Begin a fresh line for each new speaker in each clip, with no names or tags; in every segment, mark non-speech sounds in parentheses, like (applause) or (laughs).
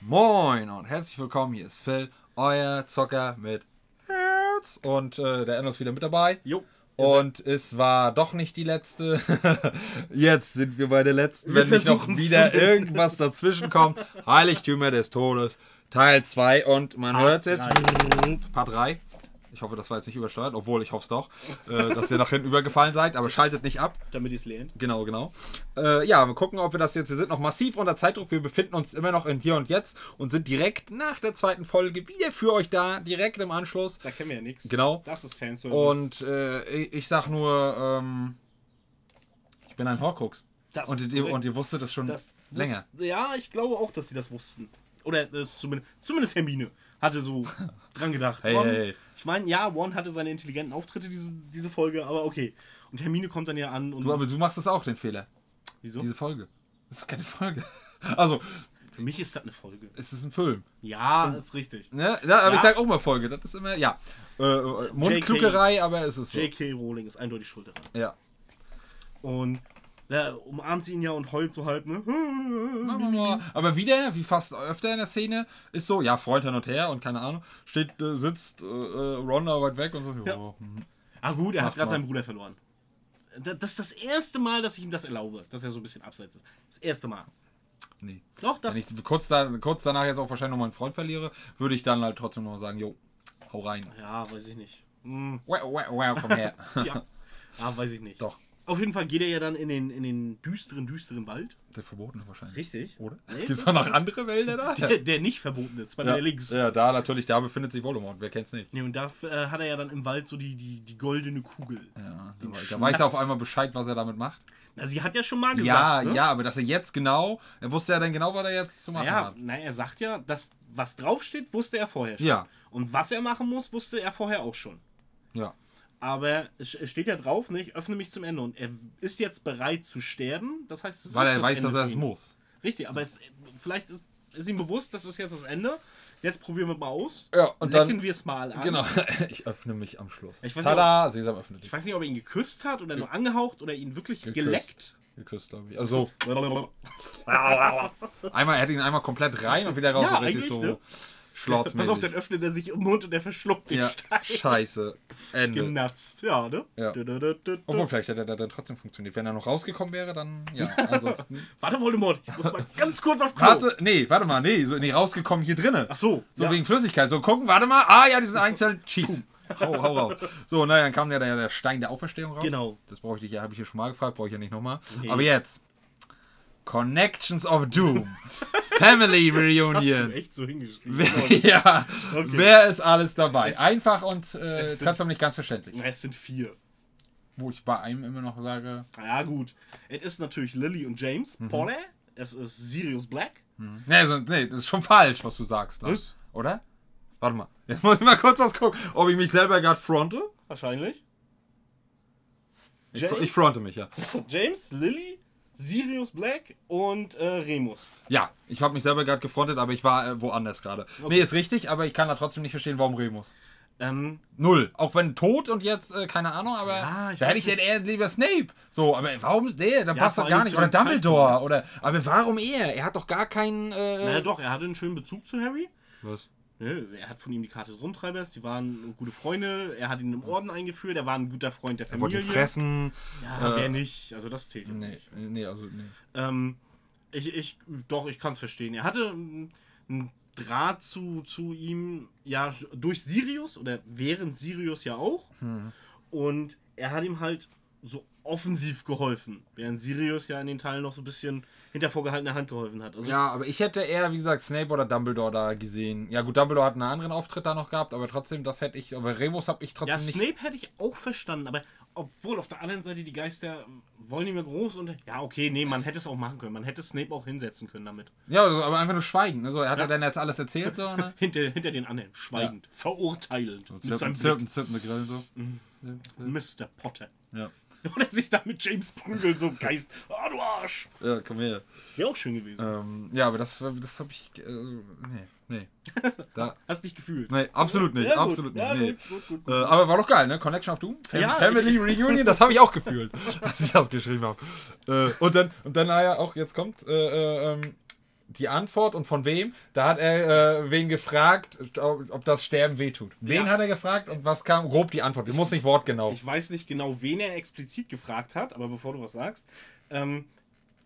Moin und herzlich willkommen, hier ist Phil, euer Zocker mit Herz. Und äh, der Enno ist wieder mit dabei.
Jo.
Und es war doch nicht die letzte. (laughs) Jetzt sind wir bei der letzten,
Wir
wenn nicht noch
versuchen's
wieder
zumindest.
irgendwas dazwischen
(laughs)
kommt. Heiligtümer des Todes, Teil 2 und man hört es jetzt. Part 3. Ich hoffe, das war jetzt nicht übersteuert, obwohl ich hoffe es doch, äh, dass ihr nach hinten übergefallen seid, aber schaltet nicht ab.
Damit ihr es lehnt.
Genau, genau. Äh, ja, wir gucken, ob wir das jetzt. Wir sind noch massiv unter Zeitdruck. Wir befinden uns immer noch in Hier und Jetzt und sind direkt nach der zweiten Folge wieder für euch da, direkt im Anschluss.
Da kennen wir ja nichts.
Genau.
Das ist Fanservice.
Und äh, ich ich sag nur, ähm, ich bin ein Horcrux.
Das
und,
ist
ihr,
korrekt.
und ihr wusstet das schon
das
länger.
wus- ja, ich glaube auch, dass sie das wussten. Oder äh, zumindest, zumindest Hermine
(laughs)
hatte so dran gedacht.
Hey,
Ron,
hey, hey.
Ich meine, ja, Ron hatte seine intelligenten Auftritte diese, diese Folge, aber okay. Und Hermine kommt dann ja an und.
Du, aber du machst das auch, den Fehler.
wieso?
Diese Folge. Das ist doch keine Folge. (laughs) Also,
Für mich ist das eine Folge.
es ist ein Film.
Ja, ist richtig.
Ne? Ja, aber
Ja.
ich sag auch mal Folge. Das ist immer, ja. Äh, äh, Mundklugerei, aber es ist so.
J.K. Rowling ist eindeutig schuld daran.
Ja.
Und da umarmt sie ihn ja und heult so halb, ne?
Aber wieder, wie fast öfter in der Szene, ist so, ja, Freund hin und her und keine Ahnung, steht, äh, sitzt äh, äh, Ron da weit weg und so, ja. hm.
Ah gut, er hat
mal.
gerade seinen Bruder verloren. Da- Das ist das erste Mal, dass ich ihm das erlaube, dass er so ein bisschen abseits ist. Das erste Mal.
nee.
Doch, da,
Wenn ich kurz, da, kurz danach jetzt auch wahrscheinlich nochmal einen Freund verliere, würde ich dann halt trotzdem nochmal sagen, jo, hau rein.
Ja, weiß ich nicht. Hm,
Wow, wow, wow, komm
(laughs)
her. (laughs)
ja. ja, weiß ich nicht.
Doch,
Auf jeden Fall geht er ja dann in den, in den düsteren, düsteren Wald.
der verbotene wahrscheinlich.
Richtig.
Oder?
Nee,
Gibt es
das
da noch
ist-
andere Wälder
(laughs)
da?
Der, der nicht verbotene, zwar
ja.
der links.
ja, da natürlich, da befindet sich Voldemort, wer kennt's nicht.
Nee, und da äh, hat er ja dann im Wald so die, die, die goldene Kugel.
Ja, da,
Den
da weiß er auf
Schnatz.
einmal Bescheid, was er damit macht.
Na, sie hat ja schon mal gesagt.
ja,
ne?
ja, aber dass er jetzt genau, er wusste ja dann genau, was er jetzt zu machen
Ja,
hat.
na, er sagt ja, dass was draufsteht, wusste er vorher schon.
Ja.
Und was er machen muss, wusste er vorher auch schon.
Ja.
Aber es es steht ja drauf, ne, ich öffne mich zum Ende. Und er ist jetzt bereit zu sterben. Das heißt, es
Weil
ist
er
das
weiß,
Ende
dass er
für
es
ihn.
muss.
Richtig, aber es, vielleicht ist, ist ihm bewusst, das ist jetzt das Ende. Jetzt probieren wir mal aus.
Ja, und
Lecken
dann-
wir es mal an.
Genau. (laughs) Ich öffne mich am Schluss.
Ich weiß
Tada, Sesam öffnet
Ich
dich.
weiß nicht, ob er ihn geküsst hat oder nur angehaucht oder ihn wirklich
Geküsst. Geküsst, glaube ich. Also,
geleckt.
einmal, er hat ihn einmal komplett rein und wieder raus.
Ja,
so richtig
eigentlich,
so
ne?
schlotzmäßig.
Pass auf, dann öffnet er sich im Mund und er verschluckt den
ja, (laughs)
Stein.
scheiße. Ende.
Genatzt, ja, ne?
Ja.
Du, du, du, du, du.
Obwohl, vielleicht hätte er dann trotzdem funktioniert. Wenn er noch rausgekommen wäre, dann
(laughs)
ja. Ansonsten.
Warte, Voldemort, ich muss
(laughs)
mal ganz kurz auf Klo.
Warte, nee, warte mal, nee, so, nee, rausgekommen hier drinnen.
Ach so,
So
ja.
wegen Flüssigkeit. So gucken, warte mal. Ah ja, die sind einzeln. Schieß. (laughs) Hau, hau, hau. So, naja, dann kam ja der, der Stein der Auferstehung raus.
Genau.
Das brauche ich dich ja, habe ich hier schon mal gefragt, brauche ich ja nicht nochmal.
Nee.
Aber jetzt. Connections of Doom. (laughs) Family
(laughs) Das hast du
Reunion.
echt so hingeschrieben.
Wer, (laughs) ja, wer ist alles dabei?
Es-
Einfach und äh,
es sind-
trotzdem nicht ganz verständlich.
Na, es sind vier.
Wo ich bei einem immer noch sage.
Na Ja, gut. Es ist natürlich Lily und James
Mhm.
Potter. Es ist Sirius Black.
hm. Nee, so, nee, das ist schon falsch, was du sagst. Lars.
Was?
Oder? Warte mal. Jetzt muss ich mal kurz was gucken, ob ich mich selber gerade fronte.
Wahrscheinlich.
Ich,
James?
ich fronte mich, ja.
James, Lily, Sirius Black und äh, Remus.
Ja, ich habe mich selber gerade gefrontet, aber ich war äh, woanders gerade. Nee, ist richtig, aber ich kann da trotzdem nicht verstehen, warum Remus.
Ähm,
Null. Auch wenn tot und jetzt, äh, keine Ahnung, aber
Ja, ich
da hätte
weiß
ich dann eher lieber Snape. So, aber warum ist der? Dann
Ja,
passt
vor
das
allem
gar nicht.
zu
Oder
dem
Dumbledore. Oder, aber warum er? Er hat doch gar keinen. Äh,
naja, doch, er hatte einen schönen Bezug zu Harry.
was?
Nö, Er hat von ihm die Karte des Rumtreibers, die waren gute Freunde, er hat ihn im Orden eingeführt, er war ein guter Freund der
Er wollte
Familie.
ihn fressen.
Ja,
Äh,
wer nicht? Also das zählt ja
Nee, nee, also nee.
Ähm, ich, ich, doch, ich kann es verstehen. Er hatte ähm, einen Draht zu, zu ihm, ja, durch Sirius oder während Sirius ja auch.
Hm.
Und er hat ihm halt so offensiv geholfen, während Sirius ja in den Teilen noch so ein bisschen hinter vorgehaltener Hand geholfen hat. Also
Ja, aber ich hätte eher, wie gesagt, Snape oder Dumbledore da gesehen. Ja, gut, Dumbledore hat einen anderen Auftritt da noch gehabt, aber trotzdem, das hätte ich. Aber Remus habe ich trotzdem
Ja,
nicht.
Snape hätte ich auch verstanden, aber obwohl auf der anderen Seite die Geister wollen nicht mehr groß und ja, okay, nee, man hätte es auch machen können. Man hätte Snape auch hinsetzen können damit.
Ja, also, aber einfach nur schweigen. Ne? So, er hat ja. dann jetzt alles erzählt. So, ne?
Hinter, hinter den anderen, schweigend, verurteilend.
so
mit seinem
zirpen, zirpen, zirpende Grillen so.
Mhm. Blick. Mr. Potter. (laughs)
Ja.
Oder sich da mit James prügeln, so Geist. Ah, du Arsch.
ja, komm her.
Wäre auch schön gewesen.
Ähm, ja, aber das, das habe ich. Äh, nee,
(laughs)
nee. Da,
Hast dich gefühlt.
nee, absolut nicht.
Ja, gut.
absolut nicht.
Ja,
nee.
gut, gut, gut,
Äh, aber war doch geil, ne? Connection of Doom, Fam
Ja,
Family Reunion, das habe ich auch
(laughs)
gefühlt, (laughs) als ich das geschrieben habe. Äh, und dann, und dann naja, auch jetzt kommt äh, äh, ähm, die Antwort und von wem? Da hat er äh, wen gefragt, ob, ob das Sterben wehtut. Wen
Ja.
hat er gefragt und was kam? Grob die Antwort. Du musst nicht wortgenau.
Ich weiß nicht genau, wen er explizit gefragt hat, aber bevor du was sagst, ähm,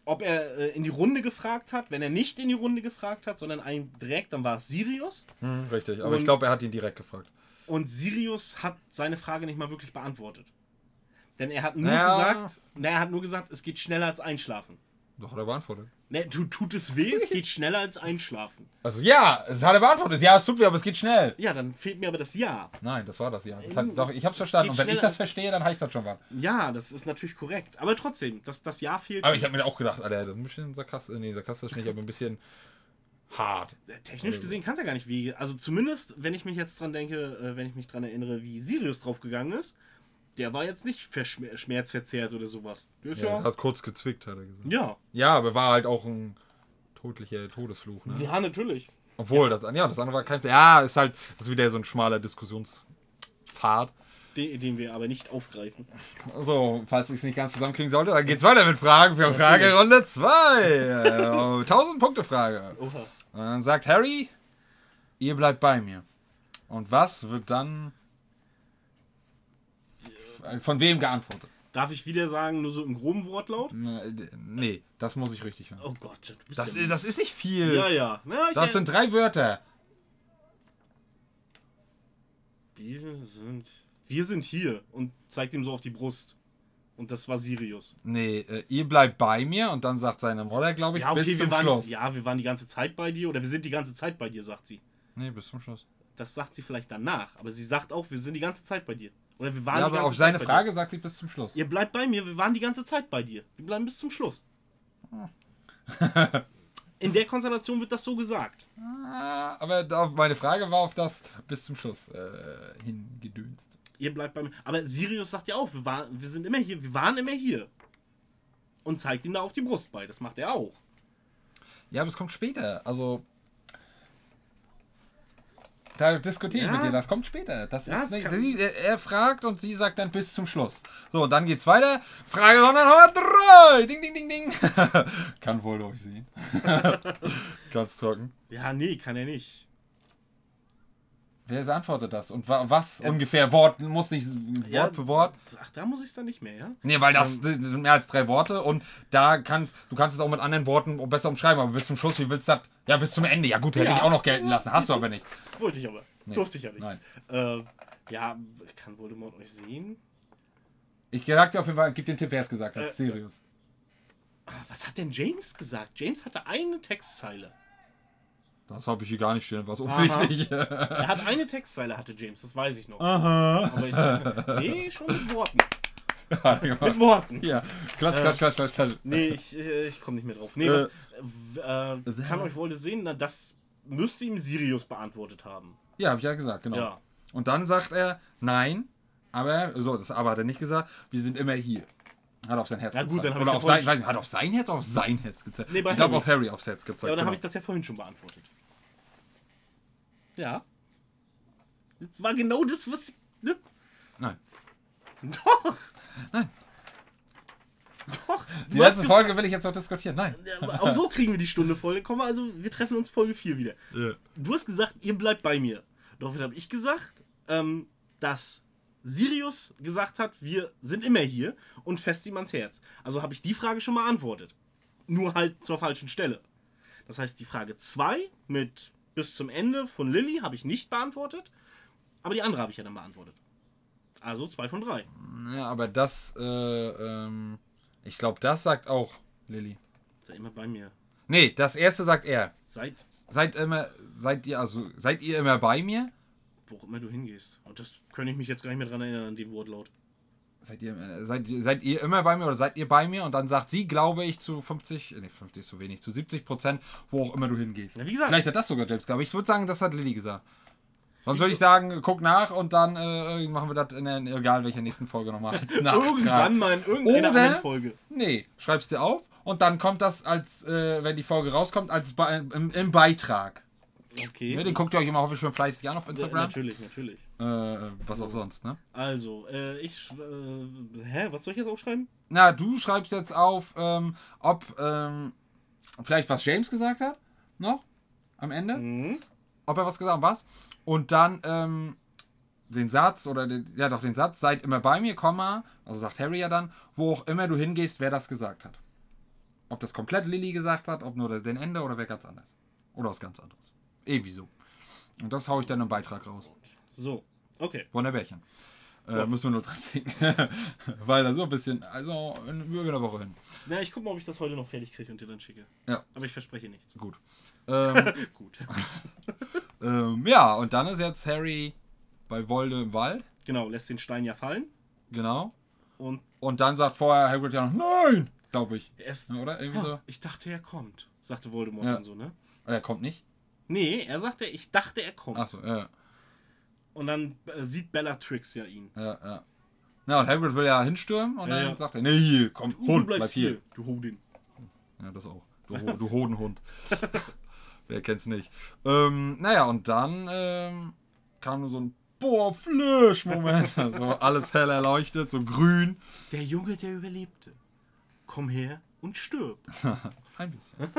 ob er äh, in die Runde gefragt hat. Wenn er nicht in die Runde gefragt hat, sondern einen direkt, dann war es Sirius.
Hm, richtig, aber ich
Und-
glaube, er hat ihn direkt gefragt.
Und Sirius hat seine Frage nicht mal wirklich beantwortet. Denn er hat nur
Ja.
gesagt, na, er hat nur gesagt, es geht schneller als einschlafen.
Doch hat er beantwortet.
Ne, du tut es weh, es geht schneller als einschlafen.
Also ja, es hat er beantwortet. Ja, es tut weh, aber es geht schnell.
Ja, dann fehlt mir aber das Ja.
Nein, das war das ja. Das hat, doch, ich hab's verstanden. Und
Äh,
wenn
geht
ich
schneller.
das verstehe, dann heißt das schon was.
Ja, das ist natürlich korrekt. Aber trotzdem, das, das Ja fehlt.
Aber ich habe mir auch gedacht, Alter, das ist ein bisschen sarkastisch, nee, sarkastisch nicht, aber ein bisschen hart. Oh.
Technisch gesehen kann es ja gar nicht weh. Also zumindest, wenn ich mich jetzt dran denke, äh, wenn ich mich dran erinnere, wie Sirius draufgegangen ist, der war jetzt nicht verschme- schmerzverzerrt oder sowas. Der ist
Ja,
ja.
hat kurz gezwickt, hat er gesagt.
Ja.
Ja, aber war halt auch ein tödlicher Todesfluch, ne?
Ja, natürlich.
Obwohl, das, ja, das andere war kein. Ja, ist halt, das ist wieder so ein schmaler Diskussionspfad.
Den, den wir aber nicht aufgreifen.
So, falls ich es nicht ganz zusammenkriegen sollte, dann geht's weiter mit Fragen für Fragerunde 2. 1000 Punkte Frage.
Oha.
Und dann sagt Harry, ihr bleibt bei mir. Und was wird dann von wem geantwortet?
Darf ich wieder sagen, nur so im groben Wortlaut?
Nee, das muss ich richtig hören.
Oh Gott, du bist
Das,
ja
ist- das ist nicht viel.
Ja, ja. Na, ich
Das sind drei Wörter.
Wir sind. Wir sind hier und zeigt ihm so auf die Brust. Und das war Sirius.
Nee, äh, ihr bleibt bei mir und dann sagt seine Mutter, glaube ich, bis zum
wir waren,
Schluss.
ja, wir waren die ganze Zeit bei dir oder wir sind die ganze Zeit bei dir, sagt sie.
Nee, bis zum Schluss.
Das sagt sie vielleicht danach, aber sie sagt auch, wir sind die ganze Zeit bei dir. Oder wir waren
Ja,
die
aber
ganze
auf seine
Zeit
Frage sagt sie bis zum Schluss.
Bei dir. Ihr bleibt bei mir, wir waren die ganze Zeit bei dir. Wir bleiben bis
(laughs)
zum Schluss. In der Konstellation wird das so gesagt.
Ah, Aber da- meine Frage war auf das bis zum Schluss äh, hingedünst.
Ihr bleibt bei mir. Aber Sirius sagt ja auch, wir, waren, wir sind immer hier, wir waren immer hier. Und zeigt ihm da auf die Brust bei. Das macht er auch.
Ja, aber es kommt später. Also. Da diskutiere ich
Ja.
mit dir, das kommt später. Das
Ja,
ist
das
nicht,
kann-
sie, er, er fragt und sie sagt dann bis zum Schluss. So, und dann geht's weiter. Frage Nummer drei. Ding, ding, ding, (laughs) ding. Kann wohl
(laughs)
durchsehen. Ganz trocken.
Ja, nee, kann er nicht.
Wer antwortet das? Und wa was ungefähr? Wort muss nicht Wort
Ja,
für Wort.
Ach, da muss ich es dann nicht mehr, ja?
Nee, weil das sind mehr als drei Worte und da kannst du kannst es auch mit anderen Worten besser umschreiben, aber bis zum Schluss, wie willst du das? Ja, bis zum Ende. Ja gut, hätte
Ja.
ich auch noch gelten lassen. Hast du aber nicht.
Wollte ich aber. Durfte ich aber nicht.
Nein.
Ähm, ja, kann Voldemort euch sehen?
Ich sag dir auf jeden Fall, gib den Tipp, wer es gesagt hat.
Äh,
Sirius.
Ah, Was hat denn James gesagt? James hatte eine Textzeile.
Das habe ich hier gar nicht stehen, was
Aha.
unwichtig. (laughs)
Er hat eine Textzeile, hatte James, das weiß ich noch.
Ah. Aha.
Aber ich, nee, schon mit Worten. Mit
ja,
Worten. Äh.
klatsch, klatsch, klatsch, klatsch, klatsch.
Nee, ich, äh, ich komme nicht mehr drauf. Nee,
Äh,
was, äh, kann euch wohl sehen, na, das müsste ihm Sirius beantwortet haben.
Ja, habe ich ja gesagt, genau.
Ja.
Und dann sagt er, nein, aber, so, das aber hat er nicht gesagt, wir sind immer hier. Hat auf sein Herz
Ja, gut, dann hab
Oder
ich's ja
auf sein,
vorhin-
weiß nicht, hat auf sein Herz, auf sein Herz gezeigt.
Nee, bei
ich glaube
Harry.
auf Harry aufs Herz gezeigt.
Ja, aber dann
genau.
habe ich das ja vorhin schon beantwortet. Ja. Das war genau das, was. Ne?
Nein.
Doch!
Nein.
Doch!
Die
Du hast
letzte Folge will ich jetzt noch diskutieren. Nein.
Ja, aber Auch so kriegen wir die Stunde voll. Komm, also wir treffen uns Folge 4 wieder. Du hast gesagt, ihr bleibt bei mir. Daraufhin habe ich gesagt, ähm, dass Sirius gesagt hat, wir sind immer hier und fest ihm ans Herz. Also habe ich die Frage schon beantwortet. Nur halt zur falschen Stelle. Das heißt, die Frage 2 mit bis zum Ende von Lilly habe ich nicht beantwortet, aber die andere habe ich ja dann beantwortet. Also 2 von 3.
Ja, aber das, äh, ähm, ich glaube, das sagt auch Lilly.
Seid immer bei mir.
Nee, das erste sagt er.
Seid,
Seid immer, seid ihr, also, seid ihr immer bei mir?
wo auch immer du hingehst. Und das könnte ich mich jetzt gar nicht mehr dran erinnern, an den Wortlaut.
Seid ihr, äh, seid, seid ihr immer bei mir oder seid ihr bei mir? Und dann sagt sie, glaube ich, zu 50, nee, 50 ist zu wenig, zu 70 Prozent, wo auch immer du hingehst.
Na, wie gesagt-
Vielleicht hat das sogar James gesagt, aber ich würde sagen, das hat Lilly gesagt. Sonst würde ich sagen, guck nach und dann äh, machen wir das in der, egal welcher nächsten Folge nochmal.
(laughs)
als Nachtrag.
Irgendwann mal in irgendeiner
Oder-
anderen Folge.
Nee, schreibst dir auf und dann kommt das als, äh, wenn die Folge rauskommt, als bei, im, im Beitrag.
Okay.
Ne, den guckt ihr euch immer hoffentlich schon fleißig an auf
Ja,
Instagram.
natürlich, natürlich.
Äh, was auch sonst, ne?
Also, äh, ich. sch- Äh, hä, was soll ich jetzt aufschreiben?
Na, du schreibst jetzt auf, ähm, ob ähm, vielleicht was James gesagt hat, noch am Ende,
Mhm.
ob er was gesagt hat, was. Und dann ähm, den Satz oder den, ja doch den Satz, seid immer bei mir, Komma, also sagt Harry ja dann, wo auch immer du hingehst, wer das gesagt hat. Ob das komplett Lilly gesagt hat, ob nur das- den Ende oder wer ganz anders. Oder was ganz anderes. Irgendwie so. Und das hau ich dann im Beitrag raus.
So, okay.
Wunderbärchen. Äh, müssen wir nur dran denken. (laughs) Weil da so ein bisschen, also in über einer Woche hin.
Na, ich guck mal, ob ich das heute noch fertig kriege und dir dann schicke.
Ja.
Aber ich verspreche nichts. (laughs)
Gut. Ähm, (laughs)
Gut.
ähm, ja, und dann ist jetzt Harry bei Wolde im Wald.
Genau, lässt den Stein ja fallen
Genau.
und
Und dann sagt vorher Hagrid ja noch, nein, glaube ich.
er ist.
Ja, Oder? Irgendwie so.
Ha, ich dachte, er kommt, sagte Voldemort
Ja.
dann so, ne?
Oder er kommt nicht.
Nee, er sagte, ich dachte, er kommt.
Achso, ja,
Und dann äh, sieht Bellatrix ja ihn.
ja, ja. Na, und Hagrid will ja hinstürmen und
Ja,
dann
ja.
sagt er, nee, hier, komm, Hund, bleib hier.
Du Hodin.
Ja, das auch. Du, Ho- du Hodenhund. (laughs) Wer kennt's nicht? Ähm, naja, und dann ähm, kam nur so ein Boah, Flisch-Moment. (laughs) Also alles hell erleuchtet, so grün.
Der Junge, der überlebte. Komm her und stirb.
Ein bisschen. Kann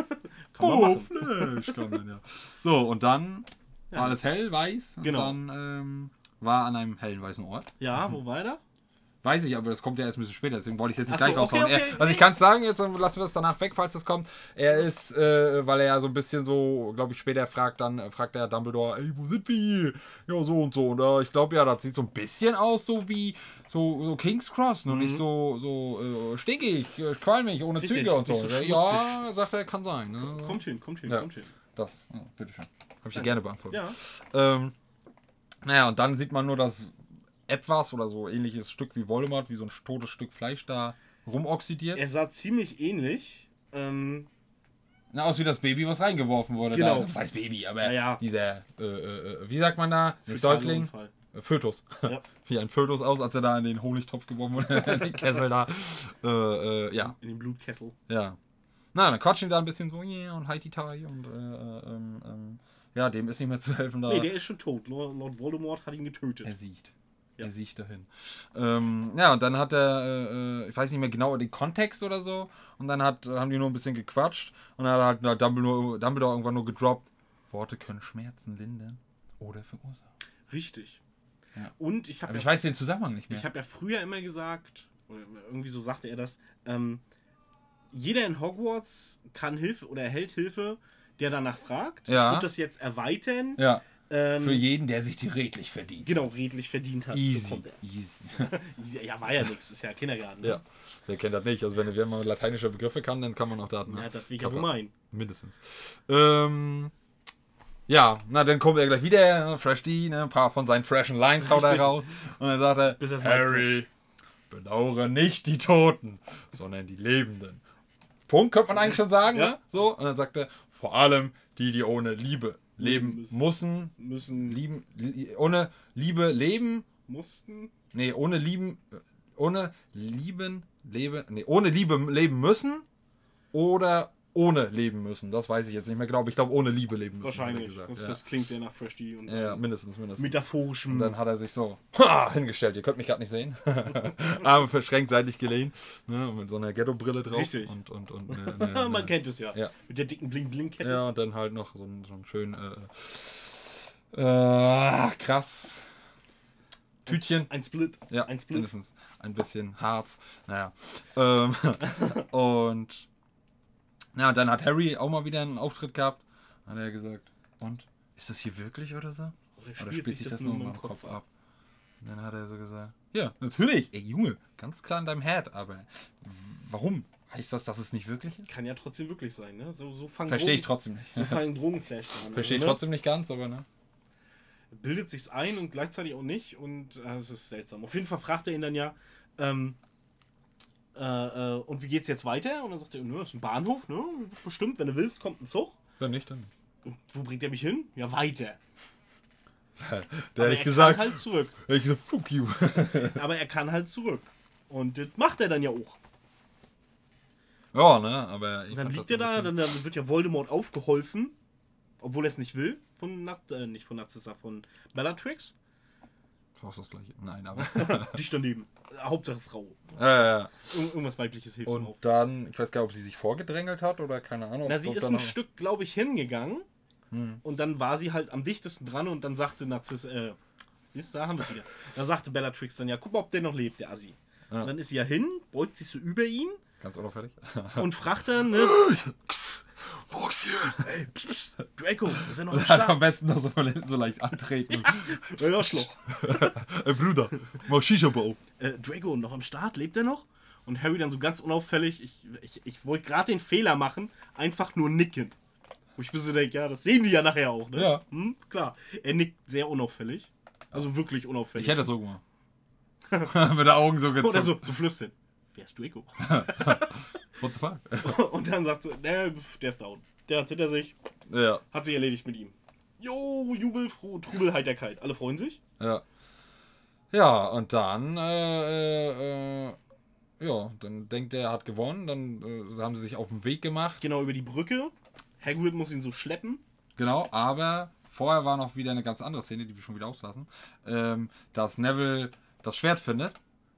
man
Boah,
machen. Kann man, ja. So, und dann war alles hell, weiß. Und
Genau.
dann ähm, war an einem hellen weißen Ort.
Ja, wo war er?
Weiß ich, aber das kommt ja erst ein bisschen später, deswegen wollte ich es jetzt nicht
Ach so,
gleich raushauen.
okay, okay,
er, also ich
nee.
kann es sagen, jetzt und lassen wir es danach weg, falls es kommt. Er ist, äh, weil er ja so ein bisschen so, glaube ich, später fragt, dann äh, fragt er Dumbledore, ey, wo sind wir hier? Ja, so und so. Und äh, ich glaube ja, das sieht so ein bisschen aus, so wie so, so King's Cross, nur nicht so, so äh, stinkig, äh, qualmig, ohne
Mhm. Richtig,
Züge und so.
nicht so
ja, sagt er, kann sein. Ne?
Kommt hin, kommt hin,
Ja.
kommt hin.
Das, ja, bitteschön. Habe ich dir gerne beantwortet.
Ja.
Ähm, naja, und dann sieht man nur das etwas oder so ähnliches Stück wie Voldemort, wie so ein totes Stück Fleisch da rumoxidiert.
Er sah ziemlich ähnlich. Ähm,
Na, aus wie das Baby, was reingeworfen wurde.
Genau.
Da. Das heißt Baby, aber
Ja, ja.
dieser, äh, äh, äh, wie sagt man da? Nicht
fetaler
Säugling?
Unfall.
Äh, Fötus. (laughs)
Ja.
Wie ein Fötus aus, als er da in den Honigtopf geworfen wurde, (laughs) in den Kessel da. Äh, äh, ja,
In dem Blutkessel.
ja. Na, dann quatschen die da ein bisschen so, yeah, und Heidi Tai und äh, äh, ähm, ähm, ja, dem ist nicht mehr zu helfen da.
Nee, der ist schon tot. Lord, Lord Voldemort hat ihn getötet.
Er sieht.
Ja.
Er sieht dahin. Ähm, ja, und dann hat er, äh, äh, ich weiß nicht mehr genau den Kontext oder so, und dann hat, haben die nur ein bisschen gequatscht und dann hat halt Dumbledore, Dumbledore irgendwann nur gedroppt, Worte können Schmerzen lindern oder verursachen.
Richtig.
Ja.
Und ich
Aber
habe
ich weiß den Zusammenhang nicht mehr.
Ich habe ja früher immer gesagt, oder irgendwie so sagte er das, ähm, jeder in Hogwarts kann Hilfe oder erhält Hilfe, der danach fragt.
Ja.
Ich würde das jetzt erweitern.
ja,
Ähm,
für jeden, der sich die redlich verdient.
Genau, redlich verdient hat.
Easy,
bekommt er.
easy. (laughs)
Easy. Ja, war ja nichts, ist ja Kindergarten. ne?
ja, wer kennt das nicht? Also wenn, wenn man lateinische Begriffe kann, dann kann man auch Daten.
Ja, das will ich ja wohl meinen.
Mindestens. Ähm, ja, na dann kommt er gleich wieder, ne, Fresh D, ne, ein paar von seinen freshen Lines haut er
Richtig.
raus. Und dann sagt er,
Bis er's mal
Harry, bedauere nicht die Toten, sondern die Lebenden. Punkt, könnte man eigentlich schon sagen,
Ja.
ne? So, und dann sagt er, vor allem die, die ohne Liebe leben
Leben
müssen,
Müssen,
lieben, li ohne Liebe leben,
mussten.
nee, ohne lieben, ohne lieben, leben, nee, ohne Liebe leben müssen oder ohne leben müssen. Das weiß ich jetzt nicht mehr genau, aber ich glaube, ohne Liebe leben müssen.
Wahrscheinlich.
hat er
das,
Gesagt.
das klingt sehr nach Fresh D und
Ja. ja, mindestens, mindestens.
metaphorischem.
Und dann hat er sich so ha, hingestellt. Ihr könnt mich gerade nicht sehen.
(laughs)
Arme verschränkt, seitlich gelehnt. Ne, und mit so einer Ghetto-Brille drauf.
Richtig.
Und, und, und eine,
(laughs)
eine,
Man
eine,
kennt es ja.
Ja.
Mit der dicken Bling-Bling-Kette.
ja, und dann halt noch so einen, so einen schönen äh, äh, krass Tütchen.
Ein Split.
Ja,
ein Split.
mindestens ein bisschen Harz. Naja. Ähm, (laughs) und na, und dann hat Harry auch mal wieder einen Auftritt gehabt. Hat er gesagt, und ist das hier wirklich oder so?
Oder
Oder spielt sich das nur in meinem Kopf ab? Und dann hat er so gesagt, ja, natürlich. Ey, Junge, ganz klar in deinem Head, aber w- warum? Heißt das, dass es nicht wirklich ist?
Kann ja trotzdem wirklich sein, ne? So, so fangen
Verstehe ich
Drogen-
trotzdem nicht.
So fangen Drogenflash an.
Verstehe ich
also,
trotzdem nicht ganz, aber ne?
ne? Bildet sich's ein und gleichzeitig auch nicht und äh, es ist seltsam. Auf jeden Fall fragt er ihn dann ja, ähm, äh, äh, und wie geht's jetzt weiter? Und dann sagt er, nö, ist ein Bahnhof, ne? Bestimmt, wenn du willst, kommt ein Zug.
Wenn nicht, dann. nicht.
Und wo bringt er mich hin? Ja, weiter.
Der
Aber
hätte
er
ich gesagt,
kann halt zurück.
hätte ich gesagt, fuck
(laughs)
you.
Aber er kann halt zurück. Und das macht er dann ja auch.
ja, ne, aber. Ich
Und dann
fand
liegt
das
er
so ein
da,
bisschen-
dann, dann wird ja Voldemort aufgeholfen, obwohl er es nicht will, von Nat äh, nicht von Narcissa, von Bellatrix.
Brauchst du das gleiche? Nein, aber.
Dich daneben. Äh, Hauptsache Frau.
ja, ja.
Ir irgendwas weibliches hilft ihm auch.
Und dann, ich weiß gar nicht, ob sie sich vorgedrängelt hat oder keine Ahnung.
Na,
ob
sie
das
ist
dann
ein
noch- Hm.
Stück, glaube ich, hingegangen. Und dann war sie halt am dichtesten dran und dann sagte Narcissa, äh, siehst du, da haben wir es wieder. Da sagte Bellatrix dann, ja, guck mal, ob der noch lebt, der Assi.
Ja.
Und dann ist sie ja hin, beugt sich so
(laughs)
über ihn
Ganz unauffällig.
und fragt dann, ne,
Fuchschen! Ey,
Draco, ist
(laughs)
er noch am
Dann am
Start?
besten noch so, von hinten so leicht antreten.
Ja, Schloch.
Ey, Bruder, mach Shisha auf.
äh, Drago noch am Start, lebt er noch? Und Harry dann so ganz unauffällig, ich, ich, ich wollte gerade den Fehler machen, einfach nur nicken. Wo ich mir so denke, ja, das sehen die ja nachher auch, ne?
Ja.
Hm, klar. Er nickt sehr unauffällig. Also wirklich unauffällig.
Ich hätte das so gemacht. (laughs) Mit den Augen so gezogen.
Oder so, so flüstern. Wer ist Draco? (laughs)
What the fuck?
Und dann sagt sie, ne, pf, der ist down. Der hat hinter sich,
ja,
hat sich erledigt mit ihm. Jo, Jubel, Froh, Trubel, Heiterkeit. Alle freuen sich.
ja. Ja, und dann, äh, äh, äh, ja, dann denkt er, er hat gewonnen. Dann äh, haben sie sich auf den Weg gemacht.
Genau über die Brücke. Hagrid muss ihn so schleppen.
Genau, aber vorher war noch wieder eine ganz andere Szene, die wir schon wieder auslassen, ähm, dass Neville das Schwert findet.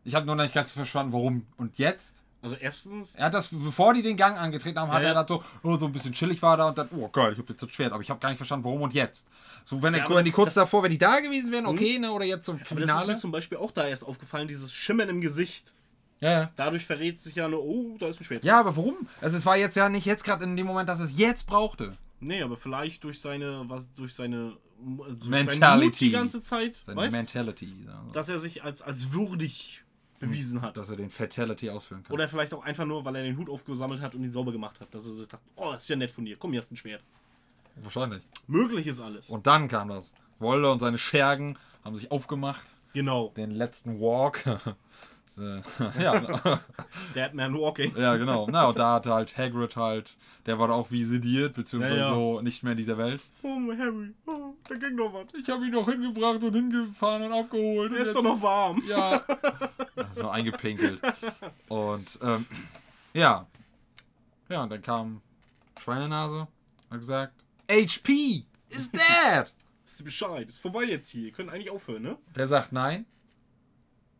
Ich habe nur noch nicht ganz verstanden, warum. Und jetzt?
Also erstens,
Er hat das, bevor die den Gang angetreten haben, hat
Ja,
er
ja.
das so, oh, so ein bisschen chillig war da und dann, oh geil, ich habe jetzt das Schwert, aber ich habe gar nicht verstanden, warum und jetzt. So, wenn,
Ja,
er,
aber
wenn die kurz
das- Mhm.
davor, wenn die da gewesen wären, okay, ne, oder jetzt zum
aber das ist mir
Finale.
zum Beispiel auch da erst aufgefallen, dieses Schimmern im Gesicht.
Ja, ja.
Dadurch verrät sich ja nur, oh, da ist ein Schwert.
Ja, aber warum? Also es war jetzt ja nicht jetzt gerade in dem Moment, dass es jetzt brauchte.
Nee, aber vielleicht durch seine, was, durch seine durch seinen
Mentality.
Mut die ganze Zeit,
Seine
weißt,
Mentality. ja.
dass er sich als, als würdig bewiesen hat.
Dass er den Fatality ausführen kann.
Oder vielleicht auch einfach nur, weil er den Hut aufgesammelt hat und ihn sauber gemacht hat. Dass er sich dachte, oh, ist ja nett von dir, komm, hier hast du ein Schwert.
Wahrscheinlich.
Möglich ist alles.
Und dann kam das. Wolde und seine Schergen haben sich aufgemacht.
Genau,
Den letzten Walk. (laughs) So, ja,
Deadman
(laughs)
Walking.
ja, genau. Na, und da hat halt Hagrid halt, der war da auch wie sediert, beziehungsweise
Ja, ja.
so nicht mehr in dieser Welt.
Oh, Harry, oh, da ging doch was.
Ich habe ihn noch hingebracht und hingefahren und abgeholt.
Er ist doch noch warm.
Ja. (laughs) So eingepinkelt. Und ähm, ja. Ja, und dann kam Schweinenase, hat gesagt, HP is dead!
Ist Bescheid, ist vorbei jetzt hier. Ihr könnt eigentlich aufhören, ne?
Wer sagt nein?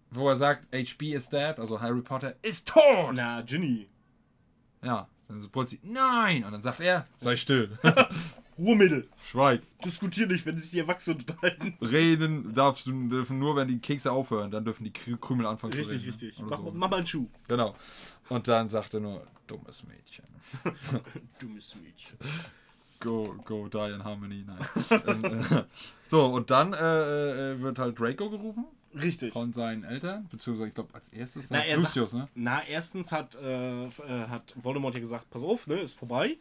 Wo er sagt, HP is dead, also Harry Potter ist tot!
Na, Ginny,
Ja, dann so Putzi, nein! Und dann sagt er, sei still.
(laughs) Ruhemittel.
Schweig.
Diskutier nicht, wenn sich die Erwachsenen unterhalten.
Reden darfst du, dürfen nur, wenn die Kekse aufhören, dann dürfen die Krü- Krümel anfangen
Richtig,
zu reden.
richtig.
ne? Oder
Mach,
so.
mach mal einen Schuh.
Genau. Und dann sagt er nur, dummes Mädchen.
Dummes Mädchen.
Go, go, die in Harmony.
(laughs)
Nein. ähm, äh, so, und dann äh, äh, wird halt Draco gerufen
Richtig.
von seinen Eltern, beziehungsweise ich glaube als erstes
Na,
sagt
er sagt-
Lucius, ne?
Na, erstens hat, äh, f- äh, hat Voldemort ja gesagt, pass auf, ne, ist vorbei.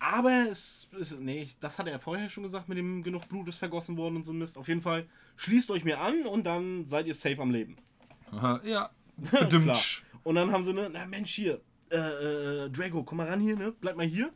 Aber es, es nee, ich- das hatte er vorher schon gesagt, mit dem genug Blut ist vergossen worden und so Mist. Auf jeden Fall, schließt euch mir an und dann seid ihr safe am Leben.
Aha, ne? ja.
(laughs) Klar.
Bedümtsch.
Und dann haben sie, ne, na Mensch, hier, äh, äh, Drago, komm mal ran hier, ne, bleib mal hier.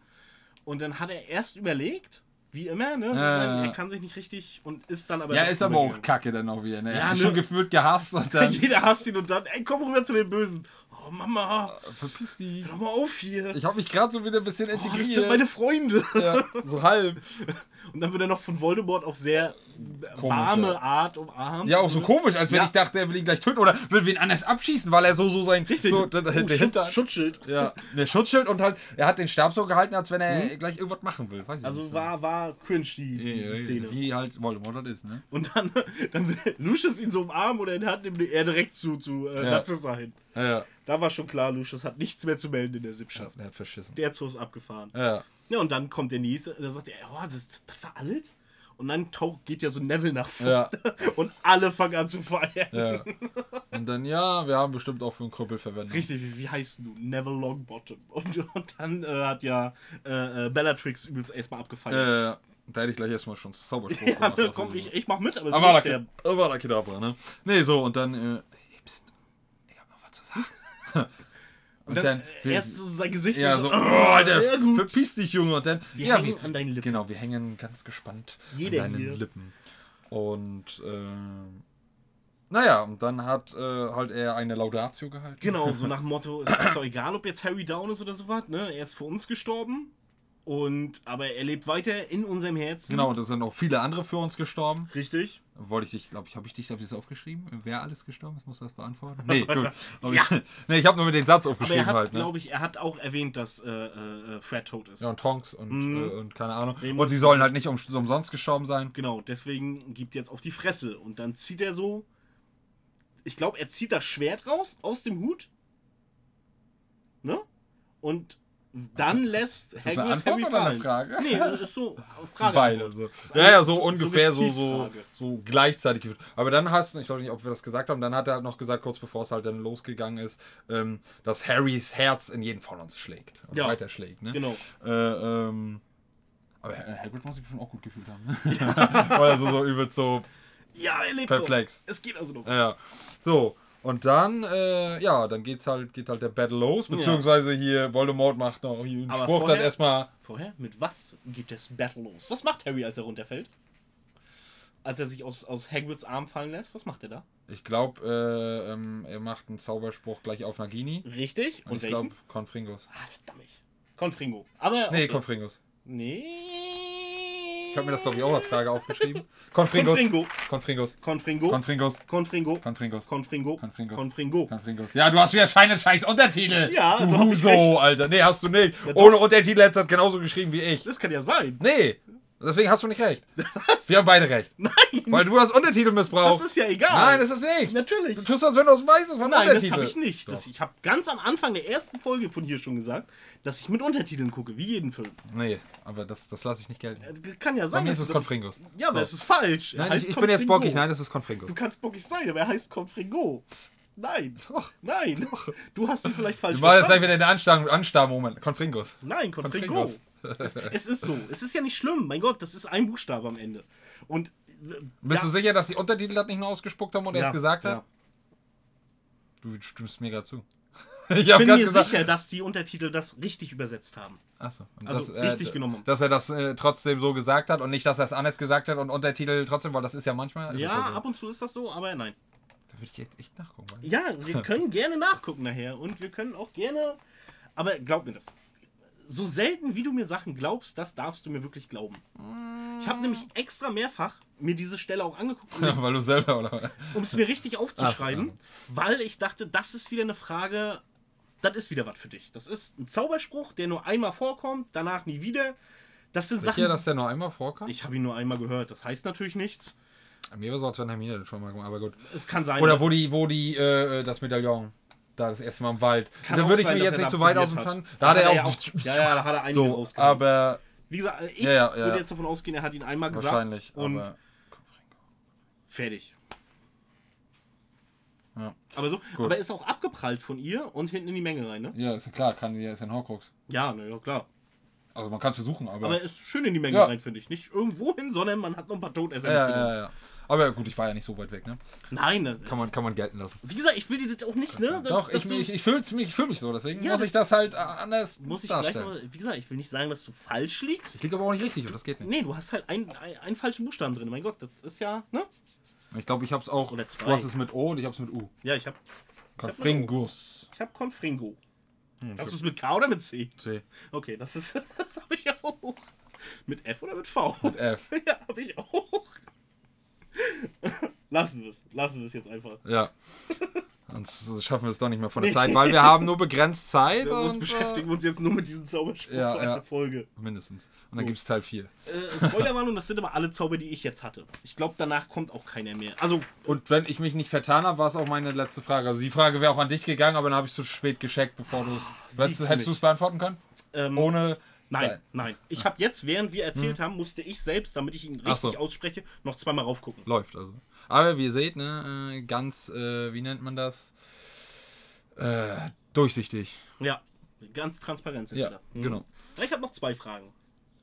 Und dann hat er erst überlegt, wie immer, ne,
ja, ja.
er kann sich nicht richtig und ist dann aber...
Ja,
doch
ist aber auch
übergegangen.
kacke dann auch wieder, ne?
Ja,
Ja,
ne?
Schon gefühlt gehasst und
(laughs)
dann
Jeder hasst ihn und dann, ey, komm rüber zu den Bösen. Oh, Mama,
verpiss die.
hör mal auf hier.
Ich habe mich gerade so wieder ein bisschen
Oh, das sind
integriert.
meine Freunde.
ja, so halb.
(laughs) Und dann wird er noch von Voldemort auf sehr äh,
Komisch,
warme Art umarmt.
Ja, auch so komisch, als wenn
Mhm. Ja.
ich dachte, er will ihn gleich töten oder will wen anders abschießen, weil er so so sein
Richtig.
so
Oh,
der, der
Schutz-
Hinterhalt-
Schutzschild.
Ja, der Schutzschild und halt, er hat den Stab so gehalten, als wenn er gleich irgendwas machen will. Weiß ich
Mhm. Also
nicht.
war, war cringe
Ja,
die, die,
ja,
die
ja,
Szene.
Wie halt Voldemort halt ist, ne?
Und dann, (laughs) dann will Lucius ihn so umarmen oder in der Hand nimmt er direkt zu, zu äh,
Ja.
Narcissa hin.
Ja, ja.
Da war schon klar, Lucius hat nichts mehr zu melden in der Sippschaft.
Er hat verschissen.
Der Zoo ist abgefahren.
Ja, ja.
Ja, und dann kommt der nächste, da sagt er, oh, das, das war alt. Und dann taucht, geht ja so Neville nach vorne. (laughs) Und alle fangen an zu feiern.
ja. Und dann, ja, wir haben bestimmt auch für einen Krüppel verwendet.
Richtig, wie, wie heißt du? Neville Longbottom. (laughs) Und, und dann äh, hat ja äh, äh, Bellatrix übelst erstmal
Äh,
abgefeiert.
da hätte ich gleich erstmal schon Zauberspruch
(laughs) ja,
gemacht.
ne,
auf
komm,
jeden Fall.
ich, ich mach mit, aber sie wird
Avada
sterben.
Kedavra, ne? Nee, so, und dann, äh, ey, pst, ich hab
(laughs) Und dann, erst so sein Gesicht
äh, ja,
ist
so, oh,
Alter,
Alter,
ja, gut.
verpiss dich, Junge. Und dann,
Wir
ja,
hängen
wir-
an deinen Lippen.
Genau, wir hängen ganz gespannt
Jeder
an deinen
hier.
Lippen. Und, ähm, naja, und dann hat äh, halt er eine Laudatio gehalten.
Genau, so
(laughs)
nach dem Motto, es ist doch egal, ob jetzt Harry down ist oder sowas, ne? Er ist für uns gestorben. Und aber er lebt weiter in unserem Herzen.
Genau, und es sind auch viele andere für uns gestorben.
Richtig.
Wollte ich dich, glaube ich, habe ich dich, habe ich das aufgeschrieben? Wer alles gestorben ist, muss das beantworten?
(laughs)
Nee, gut. Ich, (laughs) nee, ich habe nur mit den Satz
Aber er
aufgeschrieben
hat,
halt. Ne?
glaube ich, er hat auch erwähnt, dass äh, äh, äh, Fred tot ist.
Ja, Genau, und Tonks und,
Mhm.
äh, und keine Ahnung.
Remus.
Und sie sollen halt nicht um, umsonst gestorben sein.
Genau, deswegen gibt jetzt auf die Fresse. Und dann zieht er so. Ich glaube, er zieht das Schwert raus aus dem Hut. Ne? Und dann lässt
das eine Antwort oder eine Frage?
Nee, das
(laughs)
ist so Frage.
Beide. So.
ist
Ja, ja,
eine
so ungefähr so, so,
Suggestivfrage.
so gleichzeitig. gefühlt. Aber dann hast du, ich glaube nicht, ob wir das gesagt haben, dann hat er halt noch gesagt, kurz bevor es halt dann losgegangen ist, ähm, dass Harrys Herz in jeden von uns schlägt. Und
Ja.
weiter schlägt, ne?
Genau.
Äh, ähm, aber Har- Hagrid muss sich schon auch gut gefühlt haben. Ne? (laughs) Weil er so, so übel so
Ja, er lebt
Perplex.
noch. Es geht also noch.
Ja. So, und dann, äh, ja, dann geht's halt, geht halt der Battle los, beziehungsweise hier Voldemort macht noch hier einen
Aber
Spruch, dann
vorher-
erstmal.
Vorher, mit was geht das Battle los? Was macht Harry, als er runterfällt? Als er sich aus, aus Hagrids Arm fallen lässt, was macht er da?
Ich glaube, äh, ähm, er macht einen Zauberspruch gleich auf Nagini. Und,
Richtig? Hm. Und,
ich
welchen?
glaube, Confringus.
Ah, verdammt. Confringo. Aber.
Nee,
okay.
Confringus.
Nee.
Ich habe mir das, glaube ich, auch als Frage
(laughs)
aufgeschrieben. Confringus.
Confringo. Oh.
Confringus.
Confringo.
Confringus.
Confringo.
Confringus.
Confringo.
Confringus.
Confringo.
Confringus. Ja, du hast wieder scheinen scheiß Untertitel.
Ja,
du
also hab ich
Huso,
recht.
Alter. Nee, hast du nicht.
Ja, doch.
Ohne Untertitel hättest du das genauso geschrieben wie ich.
Das kann ja sein. (laughs)
Nee, deswegen hast du nicht recht. Wir haben beide recht.
Nein.
Weil du hast Untertitel
Das
missbraucht.
ist ja egal.
Nein, das ist nicht.
Natürlich.
Du tust, als wenn du es weißt, es war ein
Nein, das
Untertitel.
habe ich nicht. Das, ich habe ganz am Anfang der ersten Folge von hier schon gesagt, dass ich mit Untertiteln gucke, wie jeden Film.
Nee, aber das, das lasse ich nicht gelten.
Äh, Kann ja
Bei
sein.
mir
dass
ist es
du-
Confringus.
Ja, aber
So.
es ist falsch. Er
Nein,
heißt
ich, ich bin jetzt
Confringo.
bockig. Nein, das ist Confringus.
Du kannst bockig sein, aber er heißt Confringo. Nein.
Doch.
Nein. Du hast ihn vielleicht falsch
Ich war jetzt gleich
verstanden.
wieder in der Anstar- Anstar-Moment. Confringus.
Nein, Confringo. Es ist so. Es ist ja nicht schlimm. Mein Gott, das ist ein Buchstabe am Ende. Und äh,
Bist
ja.
du sicher, dass die Untertitel das nicht nur ausgespuckt haben und er
Ja,
es gesagt hat?
ja.
Du stimmst mir gerade zu. (laughs) Ich habe
bin
gerade
mir
gesagt.
sicher, dass die Untertitel das richtig übersetzt haben.
Achso. Und
Also,
dass, äh,
richtig genommen.
Dass er das äh, trotzdem so gesagt hat und nicht, dass er es anders gesagt hat und Untertitel trotzdem, weil das ist ja manchmal. ist also- es
ja,
so.
ab und zu ist das so, aber nein.
Da würde ich jetzt echt nachgucken. weil-
Ja, wir können gerne nachgucken nachher und wir können auch gerne. Aber glaub mir das. So selten wie du mir Sachen glaubst, das darfst du mir wirklich glauben. Ich habe nämlich extra mehrfach mir diese Stelle auch angeguckt, um
(laughs) weil du selber, oder?
um es mir richtig aufzuschreiben,
(laughs) Ach
weil ich dachte, das ist wieder eine Frage, das ist wieder was für dich. Das ist ein Zauberspruch, der nur einmal vorkommt, danach nie wieder. Das sind
Sicher, dass
Sachen.
der nur einmal vorkam?
Ich habe ihn nur einmal gehört, das heißt natürlich nichts.
Mir war so, als wenn Hermine das schon mal gemacht aber gut.
Es kann sein.
Oder wo die, wo die, äh, das Medaillon. Da das erste Mal im Wald.
Kann
da
auch
würde ich
sein,
mich jetzt
dass er
nicht
da
zu weit
probiert
aus dem
hat.
Pfannen.
Da
Da hat er (laughs) auch.
hat er ja auch- ja, ja, da hat er einige
so,
rausgenommen.
aber
wie gesagt, ich
Ja, ja, ja.
würde jetzt davon ausgehen, er hat ihn einmal gesagt.
wahrscheinlich.
Und
aber,
fertig.
ja.
Aber so,
Gut.
aber er ist auch abgeprallt von ihr und hinten in die Menge rein, ne?
ja, ist ja klar, kann ja, ist ja ein Horcrux.
Ja, na ja, klar.
Also man kann es versuchen, aber.
Aber er ist schön in die Menge
Ja.
rein, finde ich. Nicht irgendwo hin, sondern man hat noch ein paar Todesser
ja, ja,
mitgenommen.
ja, ja. Aber gut, ich war ja nicht so weit weg, ne?
Nein, ne?
Kann man, kann man gelten lassen.
wie gesagt, ich will dir das auch nicht, ne?
Doch,
Dass
ich,
du-
ich, ich fühle mich, ich fühl mich so, deswegen
Ja,
muss
das-
ich das halt äh, anders
Muss ich gleich
darstellen.
nochmal, wie gesagt, ich will nicht sagen, dass du falsch
ich
liegst.
liege aber auch nicht richtig und das geht nicht.
Nee, du hast halt einen, ein- einen falschen Buchstaben drin. Mein Gott, das ist ja, ne?
Ich glaube, ich habe es auch.
Oder
Du
zwei.
hast es mit O und ich habe es mit U.
Ja, ich hab, hab mit O.
Confringus.
ich hab Confringo.
Hm,
Hast du es mit K oder mit C?
C.
Okay, das ist, (laughs) das hab ich auch. Mit F oder mit V?
Mit F.
(laughs) Ja, hab ich auch. (laughs) Lassen wir es. Lassen wir es jetzt einfach.
Ja. Sonst schaffen wir es doch nicht mehr von der Zeit, weil wir haben nur begrenzt Zeit.
Wir uns
und, äh,
beschäftigen uns jetzt nur mit diesem Zauberspruch
ja,
für eine
ja.
Folge.
Äh, mindestens. Und dann gibt's gibt es Teil 4.
Äh, (laughs) Spoilerwarnung, das sind aber alle Zauber, die ich jetzt hatte. Ich glaube, danach kommt auch keiner mehr. Also,
Und wenn ich mich nicht vertan habe, war es auch meine letzte Frage. Also die Frage wäre auch an dich gegangen, aber dann habe ich zu spät gescheckt, bevor du es.
Sieg
Hättest- Hättest du
mich.
es beantworten können?
ähm,
Ohne.
Ah, Nein, nein. Ich habe jetzt, während wir erzählt haben, musste ich selbst, damit ich ihn richtig
Hm. Ach so.
ausspreche, noch zweimal raufgucken.
Läuft also. Aber wie ihr seht, ne, äh, ganz, äh, wie nennt man das? Äh, durchsichtig.
Ja, ganz transparent sind
Ja,
wir da. Mhm.
genau.
Ich habe noch zwei Fragen.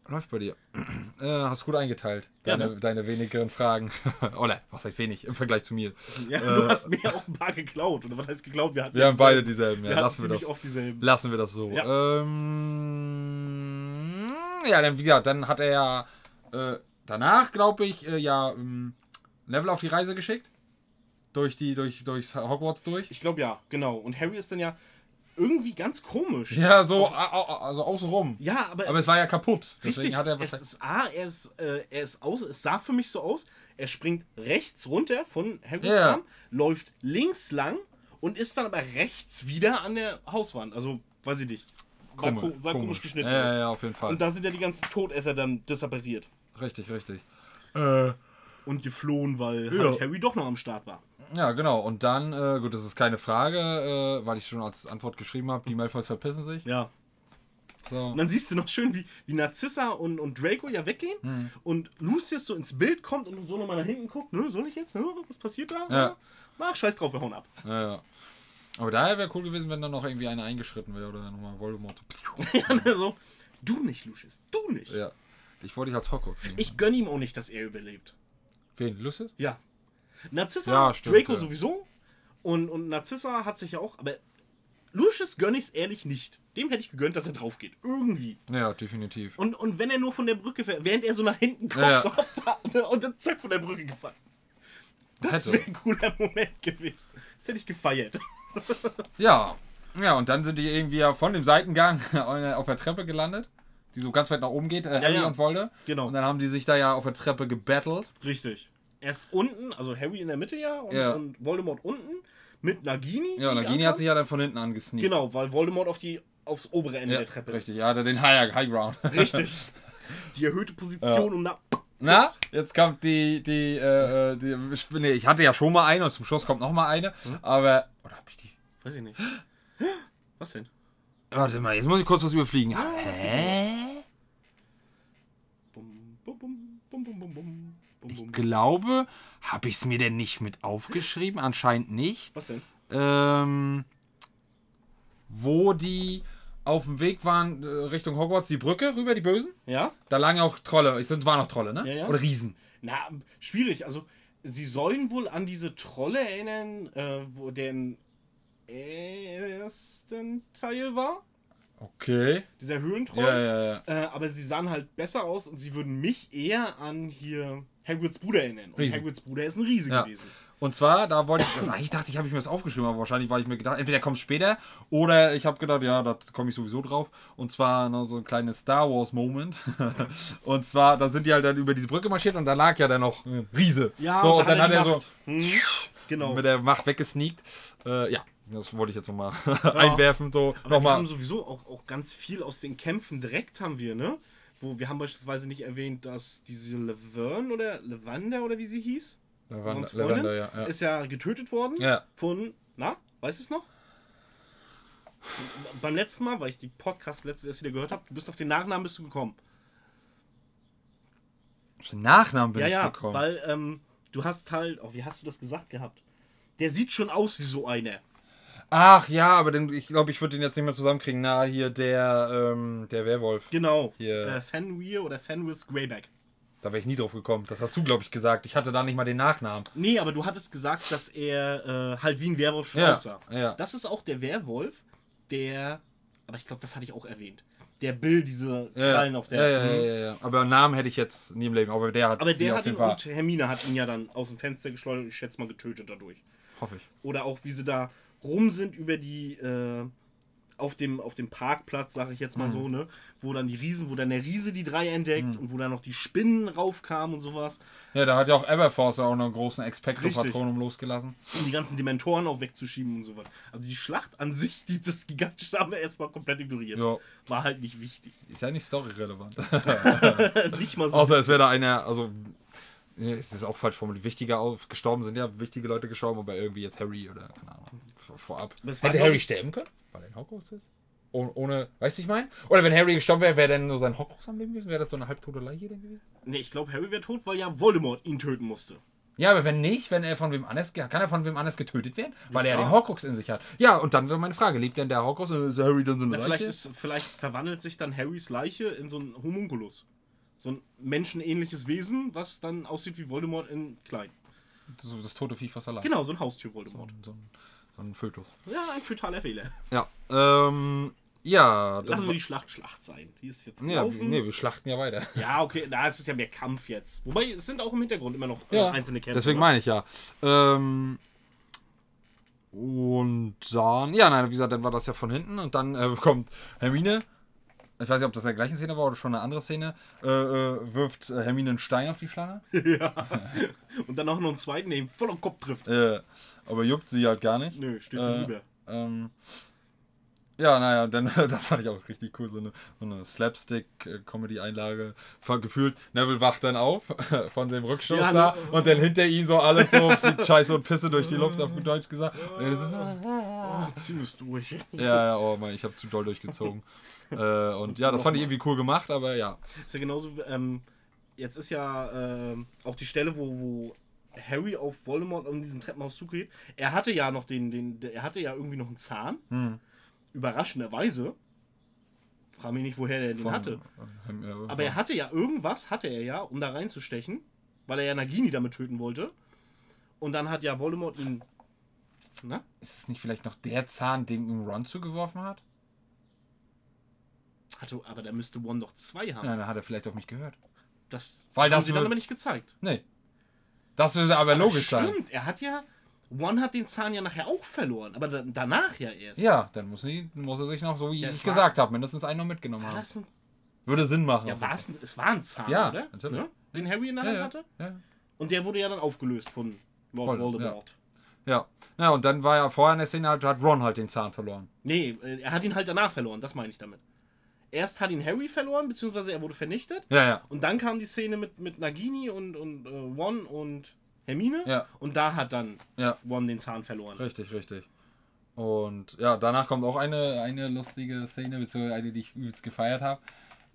Läuft bei dir. (clears throat) Äh, hast gut eingeteilt. Deine, deine wenigeren Fragen. (laughs) Oder was heißt wenig im Vergleich zu mir?
Ja, du hast mir auch ein paar geklaut. Oder was heißt geklaut? Wir, hatten
Äh, Wir haben beide
dieselben.
dieselben. Ja,
wir
lassen wir das.
oft dieselben.
Lassen wir das so. Ja, ähm, ja dann, wie gesagt, dann hat er ja äh, danach, glaube ich, äh, ja ähm, Level auf die Reise geschickt. Durch die, durch, durchs Hogwarts durch.
Ich glaube ja, genau. Und Harry ist dann ja irgendwie ganz komisch.
Ja, so au- au- also außenrum.
Ja, aber,
Aber es war ja kaputt.
richtig.
Deswegen hat er
es
wahrscheinlich-
ist A, er ist, äh, er ist aus, es sah für mich so aus, er springt rechts runter von Harrys
Ja.
Arm, läuft links lang und ist dann aber rechts wieder an der Hauswand. Also, weiß ich nicht. Sah ko- sah komisch, geschnitten
Ja,
aus.
ja, ja, auf jeden Fall.
Und da sind ja die ganzen Todesser dann disappariert
richtig, richtig. Äh,
und geflohen, weil
Ja.
halt Harry doch noch am Start war.
Ja, genau. Und dann, äh, gut, das ist keine Frage, äh, weil ich schon als Antwort geschrieben habe, die Malfoys verpissen sich.
Ja.
So.
Und dann siehst du noch schön, wie, wie Narcissa und, und Draco ja weggehen
Hm.
und Lucius so ins Bild kommt und so nochmal nach hinten guckt. Ne, soll ich jetzt? Ne, was passiert da?
Ja.
Mach scheiß drauf, wir hauen ab. (laughs)
Ja, ja. Aber daher wäre cool gewesen, wenn dann noch irgendwie einer eingeschritten wäre oder nochmal Voldemort.
ne, so, du nicht, Lucius, du nicht.
Ja. Ich wollte dich als Horcrux nehmen.
Ich gönn ihm auch nicht, dass er überlebt.
Wen? Lucius?
Ja. Narcissa,
Ja, stimmt,
Draco
ja.
sowieso. Und, und Narcissa hat sich ja auch, aber Lucius gönn ich's ehrlich nicht. Dem hätte ich gegönnt, dass er drauf geht. Irgendwie.
Ja, definitiv.
Und, und wenn er nur von der Brücke fährt, während er so nach hinten kommt,
Ja, ja.
hopp, da, und dann zack von der Brücke gefallen. Das
Hätte.
wäre ein cooler Moment gewesen. Das hätte ich gefeiert.
Ja. Ja, und dann sind die irgendwie ja von dem Seitengang (laughs) auf der Treppe gelandet, die so ganz weit nach oben geht, äh, Harry
ja.
und Volde.
Genau.
Und dann haben die sich da ja auf der Treppe gebattelt.
Richtig. Erst unten, also Harry in der Mitte ja und,
Ja.
und Voldemort unten mit Nagini.
Ja, und
die
Nagini
ankam.
hat sich ja dann von hinten angesneakt.
Genau, weil Voldemort auf die, aufs obere Ende
Ja,
der Treppe
richtig,
ist.
ja, hat er den High, High Ground. (laughs)
Richtig. Die erhöhte Position
Ja.
um nach.
Na, jetzt kommt die, die, äh, äh, die, nee, ich hatte ja schon mal eine und zum Schluss kommt noch mal eine,
Hm?
aber, oder hab ich die?
Weiß ich nicht. Was denn?
Warte mal, jetzt muss ich kurz was überfliegen.
genau.
Hä?
Bum, bum, bum, bum, bum, bum, bum, bum, bum.
Glaube, habe ich es mir denn nicht mit aufgeschrieben? Anscheinend nicht.
Was denn?
Ähm, wo die auf dem Weg waren äh, Richtung Hogwarts, die Brücke rüber, die Bösen.
Ja?
Da lagen ja auch Trolle. Es sind- waren auch Trolle, ne?
Ja, ja.
Oder Riesen.
Na, schwierig. Also, sie sollen wohl an diese Trolle erinnern, äh, wo der im ersten Teil war.
Okay.
Dieser Höhlentroll.
Ja, ja, ja.
Äh, aber sie sahen halt besser aus und sie würden mich eher an hier Hagrids Bruder erinnern. Und
Riesen.
Hagrids Bruder ist ein Riese
Ja.
gewesen.
Und zwar, da wollte ich, das, eigentlich dachte ich, habe ich mir das aufgeschrieben, aber wahrscheinlich, weil ich mir gedacht, entweder kommt später oder ich habe gedacht, ja, da komme ich sowieso drauf. Und zwar noch so ein kleines Star Wars Moment. (laughs) und zwar, da sind die halt dann über diese Brücke marschiert und da lag ja dann noch ein Riese. so, und dann hat er so
so. Genau.
mit der Macht weggesneakt. Äh, ja, das wollte ich jetzt nochmal (laughs) einwerfen, so
Aber wir
nochmal.
haben sowieso auch, auch ganz viel aus den Kämpfen direkt haben wir, ne? Wo wir haben beispielsweise nicht erwähnt, dass diese Laverne oder Lavanda oder wie sie hieß,
Lavanda,
Rons Freundin,
Lavanda, ja, ja.
ist ja getötet worden
Ja.
von, na, weißt du es noch? Beim letzten Mal, weil ich die Podcast letztes erst wieder gehört habe, du bist auf den Nachnamen bist du gekommen.
Auf den Nachnamen bin
ja,
ich
ja,
gekommen.
weil ähm, du hast halt, oh, wie hast du das gesagt gehabt? Der sieht schon aus wie so einer.
Ach ja, aber den, ich glaube, ich würde den jetzt nicht mehr zusammenkriegen. Na, hier der, ähm, der Werwolf.
Genau.
Hier.
Äh, Fenrir oder Fenris Greyback.
Da wäre ich nie drauf gekommen. Das hast du, glaube ich, gesagt. Ich hatte da nicht mal den Nachnamen.
Nee, aber du hattest gesagt, dass er äh, halt wie ein Werwolf schon
Ja,
aussah.
ja.
Das ist auch der Werwolf, der. Aber ich glaube, das hatte ich auch erwähnt. Der Bill, diese Krallen auf
Ja,
der.
ja, ja, ja, ja. Aber einen Namen hätte ich jetzt nie im Leben. Aber der hat
Aber
sie
der
auf
hat ihn
jeden Fall.
und Hermine hat ihn ja dann aus dem Fenster geschleudert und ich schätze mal getötet dadurch.
Hoffe ich.
Oder auch wie sie da rum sind über die. Äh, auf dem, auf dem Parkplatz, sage ich
Mhm.
jetzt mal so, ne? Wo dann die Riesen, wo dann der Riese die drei entdeckt und wo dann noch die Spinnen raufkamen und sowas.
Ja, da hat ja auch Everforce auch noch einen großen Expecto-Patronum
Richtig.
losgelassen.
um die ganzen Dementoren auch wegzuschieben und sowas. Also die Schlacht an (laughs) sich, die, das gigantische haben wir erstmal komplett ignoriert.
Ja.
War halt nicht wichtig. (laughs)
Ist ja nicht storyrelevant.
nicht mal
(laughs)
so.
Außer es wäre da einer, also. ja, Es ist auch falsch formuliert. Wichtiger auf, gestorben sind ja wichtige Leute gestorben, aber irgendwie jetzt Harry oder, keine Ahnung, vor- vorab.
Aber es war,
Hätte
glaub
Harry
ich-
sterben können? Weil er in Hogwarts ist? Oh- Ohne, weißt du, ich meine? Oder wenn Harry gestorben wäre, wäre dann nur sein Hogwarts am Leben gewesen? Wäre das so eine halbtote Leiche denn gewesen?
nee, ich glaube, Harry wäre tot, weil ja Voldemort ihn töten musste.
Ja, aber wenn nicht, wenn er von wem anders, ge- kann er von wem anders getötet werden, weil er ja
klar.
den Horcrux in sich hat. Ja, und dann wäre meine Frage, lebt denn der Horcrux oder Äh, ist Harry dann so eine
Na, vielleicht,
Leiche?
ist, vielleicht verwandelt sich dann Harrys Leiche in so einen Homunculus. So ein menschenähnliches Wesen, was dann aussieht wie Voldemort in klein.
So das tote Vieh, was er
Genau, so ein Haustier-Voldemort.
So ein, so ein Fötus.
Ja, ein fetaler Fehler.
Ja. Ähm, ja.
Lassen
Dann,
wir die Schlacht Schlacht sein. Die ist jetzt
ja
gelaufen.
nee, wir schlachten ja weiter.
Ja, okay, na, es ist ja mehr Kampf jetzt. Wobei, es sind auch im Hintergrund immer noch äh,
Ja,
einzelne Kämpfe.
Deswegen
ne?
meine ich ja. Ähm, und dann, ja, nein, wie gesagt, dann war das ja von hinten und dann äh, (laughs) kommt Hermine. Ich weiß nicht, ob das in der gleichen Szene war oder schon eine andere Szene. Äh, äh, wirft äh, Hermine einen Stein auf die Schlange.
Und dann auch noch einen zweiten, der ihm voll am Kopf trifft.
äh, aber juckt sie halt gar nicht.
Nö, steht sie
äh,
drüber.
ähm, Ja, naja, dann, (laughs) das fand ich auch richtig cool, so eine, so eine Slapstick-Comedy-Einlage. Ver- Gefühlt, Neville wacht dann auf (laughs) von dem Rückstoß
Ja,
da
ne?
und dann hinter ihm so alles so fliegt Scheiße und Pisse durch die Luft, auf gut Deutsch gesagt. Und er so, "Ah."
Oh, zieh es durch.
Ja, ja, oh Mann, ich habe zu doll
(laughs)
durchgezogen. äh, und ja, das fand ich irgendwie cool gemacht, aber ja.
Ist ja genauso, ähm, jetzt ist ja ähm, auch die Stelle, wo, wo Harry auf Voldemort in diesem Treppenhaus zugeht. Er hatte ja noch den, den, der- er hatte ja irgendwie noch einen Zahn.
Hm.
Überraschenderweise. Frag mich nicht, woher der den hatte.
äh,
Aber er hatte ja irgendwas, hatte er ja, um da reinzustechen, weil er ja Nagini damit töten wollte. Und dann hat ja Voldemort ihn. Na?
ist es nicht vielleicht noch der Zahn, den ihm Ron zugeworfen hat?
Hatte, aber da müsste One noch zwei haben.
Ja, dann hat er vielleicht auf mich gehört.
Das
Weil
haben
das
sie dann
wird-
aber nicht gezeigt.
Nee. Das würde aber, logisch
Stimmt,
sein.
er hat ja. One hat den Zahn ja nachher auch verloren, aber da, danach ja erst.
Ja, dann muss, sie, muss er sich noch, so wie
Ja,
ich
es war-
gesagt habe, mindestens einen noch mitgenommen
War
haben.
das ein,
Würde Sinn machen.
ja, war es, ein- es war ein Zahn,
Ja,
oder?
natürlich.
Ne? Den Harry in der
ja,
Hand
ja,
hatte.
ja.
Und der wurde ja dann aufgelöst von Lord
Voldemort,
Voldemort.
ja. Na, und dann war ja vorher in der Szene, halt- hat Ron halt den Zahn verloren.
Nee, äh, er hat ihn halt danach verloren, das meine ich damit. Erst hat ihn Harry verloren, beziehungsweise er wurde vernichtet.
Ja, ja.
Und dann kam die Szene mit, mit Nagini und, und äh, Ron und Hermine.
Ja. Äh,
Und da hat dann
Ja.
Ron den Zahn verloren.
Richtig, richtig. Und ja, danach kommt auch eine, eine lustige Szene, beziehungsweise eine, die ich übelst gefeiert habe.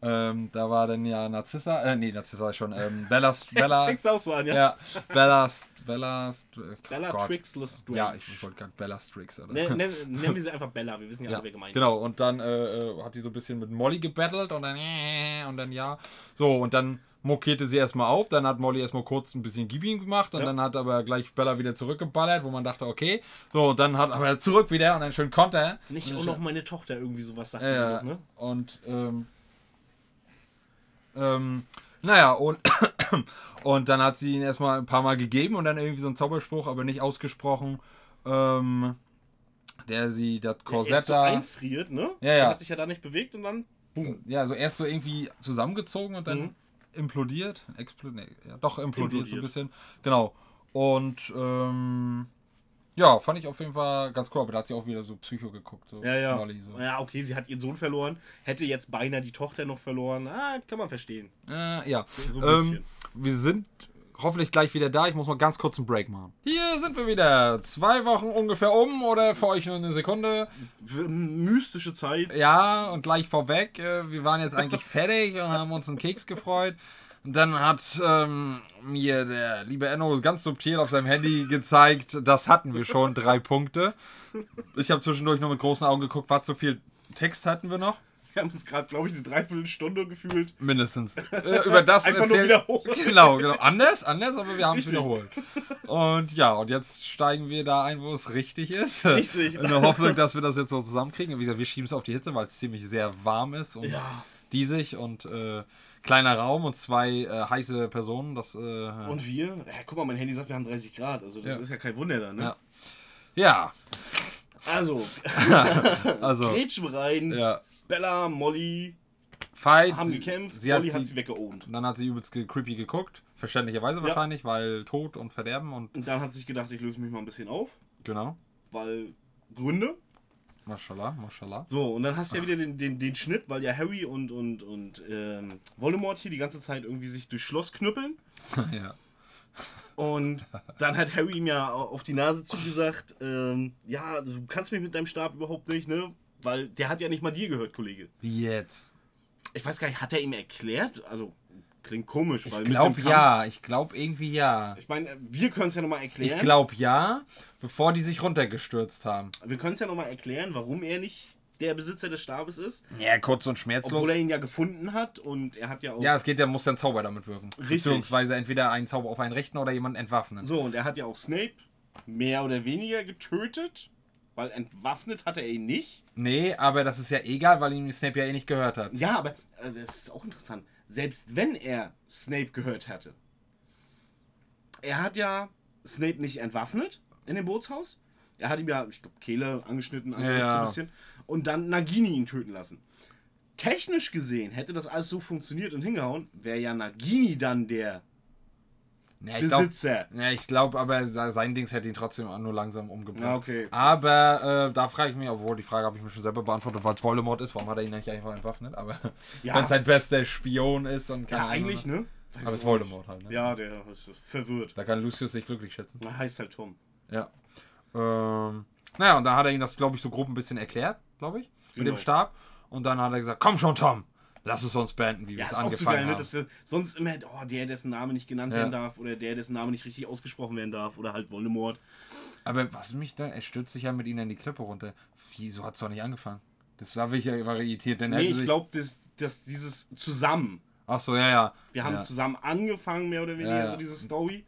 Ähm, da war dann ja Narzissa, äh, nee, Narzissa ist schon,
(laughs)
ähm, Bella,
Das
Bella,
fängst du auch so an, ja?
ja, Bella, Bella, oh
Bella
Gott.
Trix Lestrange.
ja, ich wollte gerade Bella Strix, oder?
Nen- nen- ne, Nennen wir sie einfach Bella, wir wissen ja,
Ja,
alle, wer gemeint
genau,
ist.
und dann äh, äh, hat die so ein bisschen mit Molly gebettelt und dann, äh, und dann ja. So, und dann mokete sie erstmal auf, dann hat Molly erstmal kurz ein bisschen Gibin gemacht und
Ja.
dann hat aber gleich Bella wieder zurückgeballert, wo man dachte, okay. So, und dann hat aber zurück wieder und einen schönen Konter.
Nicht
und
auch noch meine Tochter irgendwie sowas sagt.
Ja,
sie
ja.
doch, ne?
Und, ähm, ähm, naja, und, (coughs) und dann hat sie ihn erstmal ein paar Mal gegeben und dann irgendwie so einen Zauberspruch, aber nicht ausgesprochen, ähm, der sie das
Er ist so
Korsetta.
einfriert, ne?
Ja, ja.
Er hat sich ja da nicht bewegt und dann.
Ja, also erst so irgendwie zusammengezogen und dann
Mhm.
implodiert. Explo nee, ja, doch, implodiert, so ein
Implodiert.
bisschen. Genau. Und ähm, ja, fand ich auf jeden Fall ganz cool. Aber da hat sie auch wieder so Psycho geguckt. So
Ja, ja.
Molly, so.
Ja, okay, sie hat ihren Sohn verloren, hätte jetzt beinahe die Tochter noch verloren. Ah, kann man verstehen.
Äh, ja.
So- so ein
ähm,
bisschen.
wir sind hoffentlich gleich wieder da. Ich muss mal ganz kurz einen Break machen. Hier sind wir wieder. Zwei Wochen ungefähr um oder für euch nur eine Sekunde.
W- Mystische Zeit.
Ja, und gleich vorweg, äh, wir waren jetzt
(laughs)
eigentlich fertig und haben uns einen Keks gefreut. Und dann hat ähm, mir der liebe Enno ganz subtil auf seinem Handy gezeigt, das hatten wir schon, drei Punkte. Ich habe zwischendurch nur mit großen Augen geguckt, was so viel Text hatten wir noch.
Wir haben uns gerade, glaube ich, eine Dreiviertelstunde gefühlt.
Mindestens. Äh, über das
Einfach nur wiederholen.
Genau, genau. Anders, anders, aber wir haben es
Richtig.
wiederholt. Und ja, und jetzt steigen wir da ein, wo es richtig ist.
Richtig.
In der Hoffnung, dass wir das jetzt so zusammenkriegen. Wie gesagt, wir schieben es auf die Hitze, weil es ziemlich sehr warm ist und
Ja.
diesig und äh, kleiner Raum und zwei äh, heiße Personen. Das, äh,
Und wir? Ja, guck mal, mein Handy sagt, wir haben 30 Grad. Also, das
Ja.
ist ja kein Wunder dann, ne?
Ja. ja,
Also,
also.
Gretchen rein.
Ja.
Bella, Molly
Fight.
haben gekämpft.
Sie
Molly
hat sie,
weggeohnt.
dann hat sie übelst ge- creepy geguckt. Verständlicherweise wahrscheinlich, weil Tod und Verderben und.
Und dann hat sie sich gedacht, ich löse mich mal ein bisschen auf,
Genau.
weil Gründe.
Mashallah, mashallah. (laughs)
So, und dann hast du ja wieder den, den, den Schnitt, weil ja Harry und, und, und ähm, Voldemort hier die ganze Zeit irgendwie sich durchs Schloss knüppeln.
ja.
Und dann hat Harry ihm ja au- auf die Nase zugesagt, ähm, ja, du kannst mich mit deinem Stab überhaupt nicht, ne? Weil der hat ja nicht mal dir gehört, Kollege.
Wie jetzt?
Ich weiß gar nicht, hat er ihm erklärt? Also, klingt komisch, weil.
Ich
mit
glaube
dem Kampf-
ja, ich glaube irgendwie ja.
Ich meine, wir können es ja nochmal erklären.
Ich glaube ja, bevor die sich runtergestürzt haben.
Wir können es ja nochmal erklären, warum er nicht der Besitzer des Stabes ist,
Ja, kurz und schmerzlos.
obwohl er ihn ja gefunden hat und er hat ja auch
Ja, es geht, der muss dann Zauber damit wirken.
Richtig.
Beziehungsweise entweder einen Zauber auf einen Rechten oder jemanden entwaffnen.
so und er hat ja auch Snape mehr oder weniger getötet, weil entwaffnet hat er ihn nicht.
Nee, aber das ist ja egal, weil ihm Snape ja eh nicht gehört hat.
Ja, aber also das ist auch interessant. Selbst wenn er Snape gehört hätte, er hat ja Snape nicht entwaffnet in dem Bootshaus. Er hat ihm ja, ich glaube, Kehle angeschnitten, angehört so
ja.
ein bisschen. Und dann Nagini ihn töten lassen. Technisch gesehen hätte das alles so funktioniert und hingehauen, wäre ja Nagini dann der
Ja, ich glaub,
Besitzer.
ja, ich glaube aber, se- sein Dings hätte ihn trotzdem nur langsam umgebracht.
Ja, Ah, okay.
Aber äh, da frage ich mich, obwohl die Frage habe ich mir schon selber beantwortet, weil es Voldemort ist, warum hat er ihn nicht einfach entwaffnet? Aber (laughs)
Ja.
wenn es sein bester Spion ist und keine
Ja,
Ahnung,
eigentlich, ne? Weiß
Aber
ich
es ist
auch nicht.
Voldemort halt, ne?
Ja, der ist verwirrt.
Da kann Lucius sich glücklich schätzen.
Heißt halt Tom.
Ja. Ähm, naja, und da hat er ihm das, glaube ich, so grob ein bisschen erklärt, glaube ich, mit dem
Genau.
Stab. Und dann hat er gesagt, komm schon, Tom, lass es uns beenden, wie wir
Ja,
es
ist auch so
angefangen
geil, ne?
haben.
dass äh, sonst immer oh, der, dessen Name nicht genannt
Ja.
werden darf oder der, dessen Name nicht richtig ausgesprochen werden darf oder halt Voldemort.
Aber was mich da, er stürzt sich ja mit ihnen in die Klippe runter. Wieso hat es doch nicht angefangen? Das war ich ja war irritiert, denn
Nee,
hätten
ich
sie-
glaube, dass, dass dieses zusammen,
Ach so, ja, ja.
wir haben
ja.
zusammen angefangen, mehr oder weniger,
Ja, ja.
so diese Story.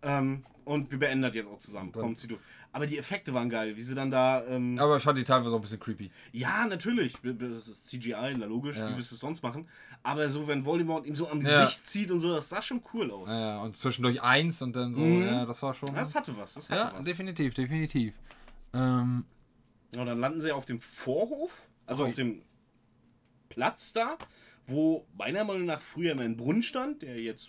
Ähm, und wir beenden das jetzt auch zusammen.
Dann-
Kommt sie durch. Aber die Effekte waren geil, wie sie dann da. Ähm,
Aber ich fand die teilweise auch ein bisschen creepy.
ja, natürlich, b- b- das ist CGI, na logisch,
Ja.
wie wirst du es sonst machen. Aber so, wenn Voldemort ihm so am
Ja.
Gesicht zieht und so, das sah schon cool aus.
Ja, ja, und zwischendurch eins und dann so,
Mhm.
ja, das war schon.
Das hatte was, das hatte
ja,
was.
definitiv, definitiv. Ähm,
Ja, dann landen sie auf dem Vorhof, also
Ui.
auf dem Platz da, wo meiner Meinung nach früher mal ein Brunnen stand, der jetzt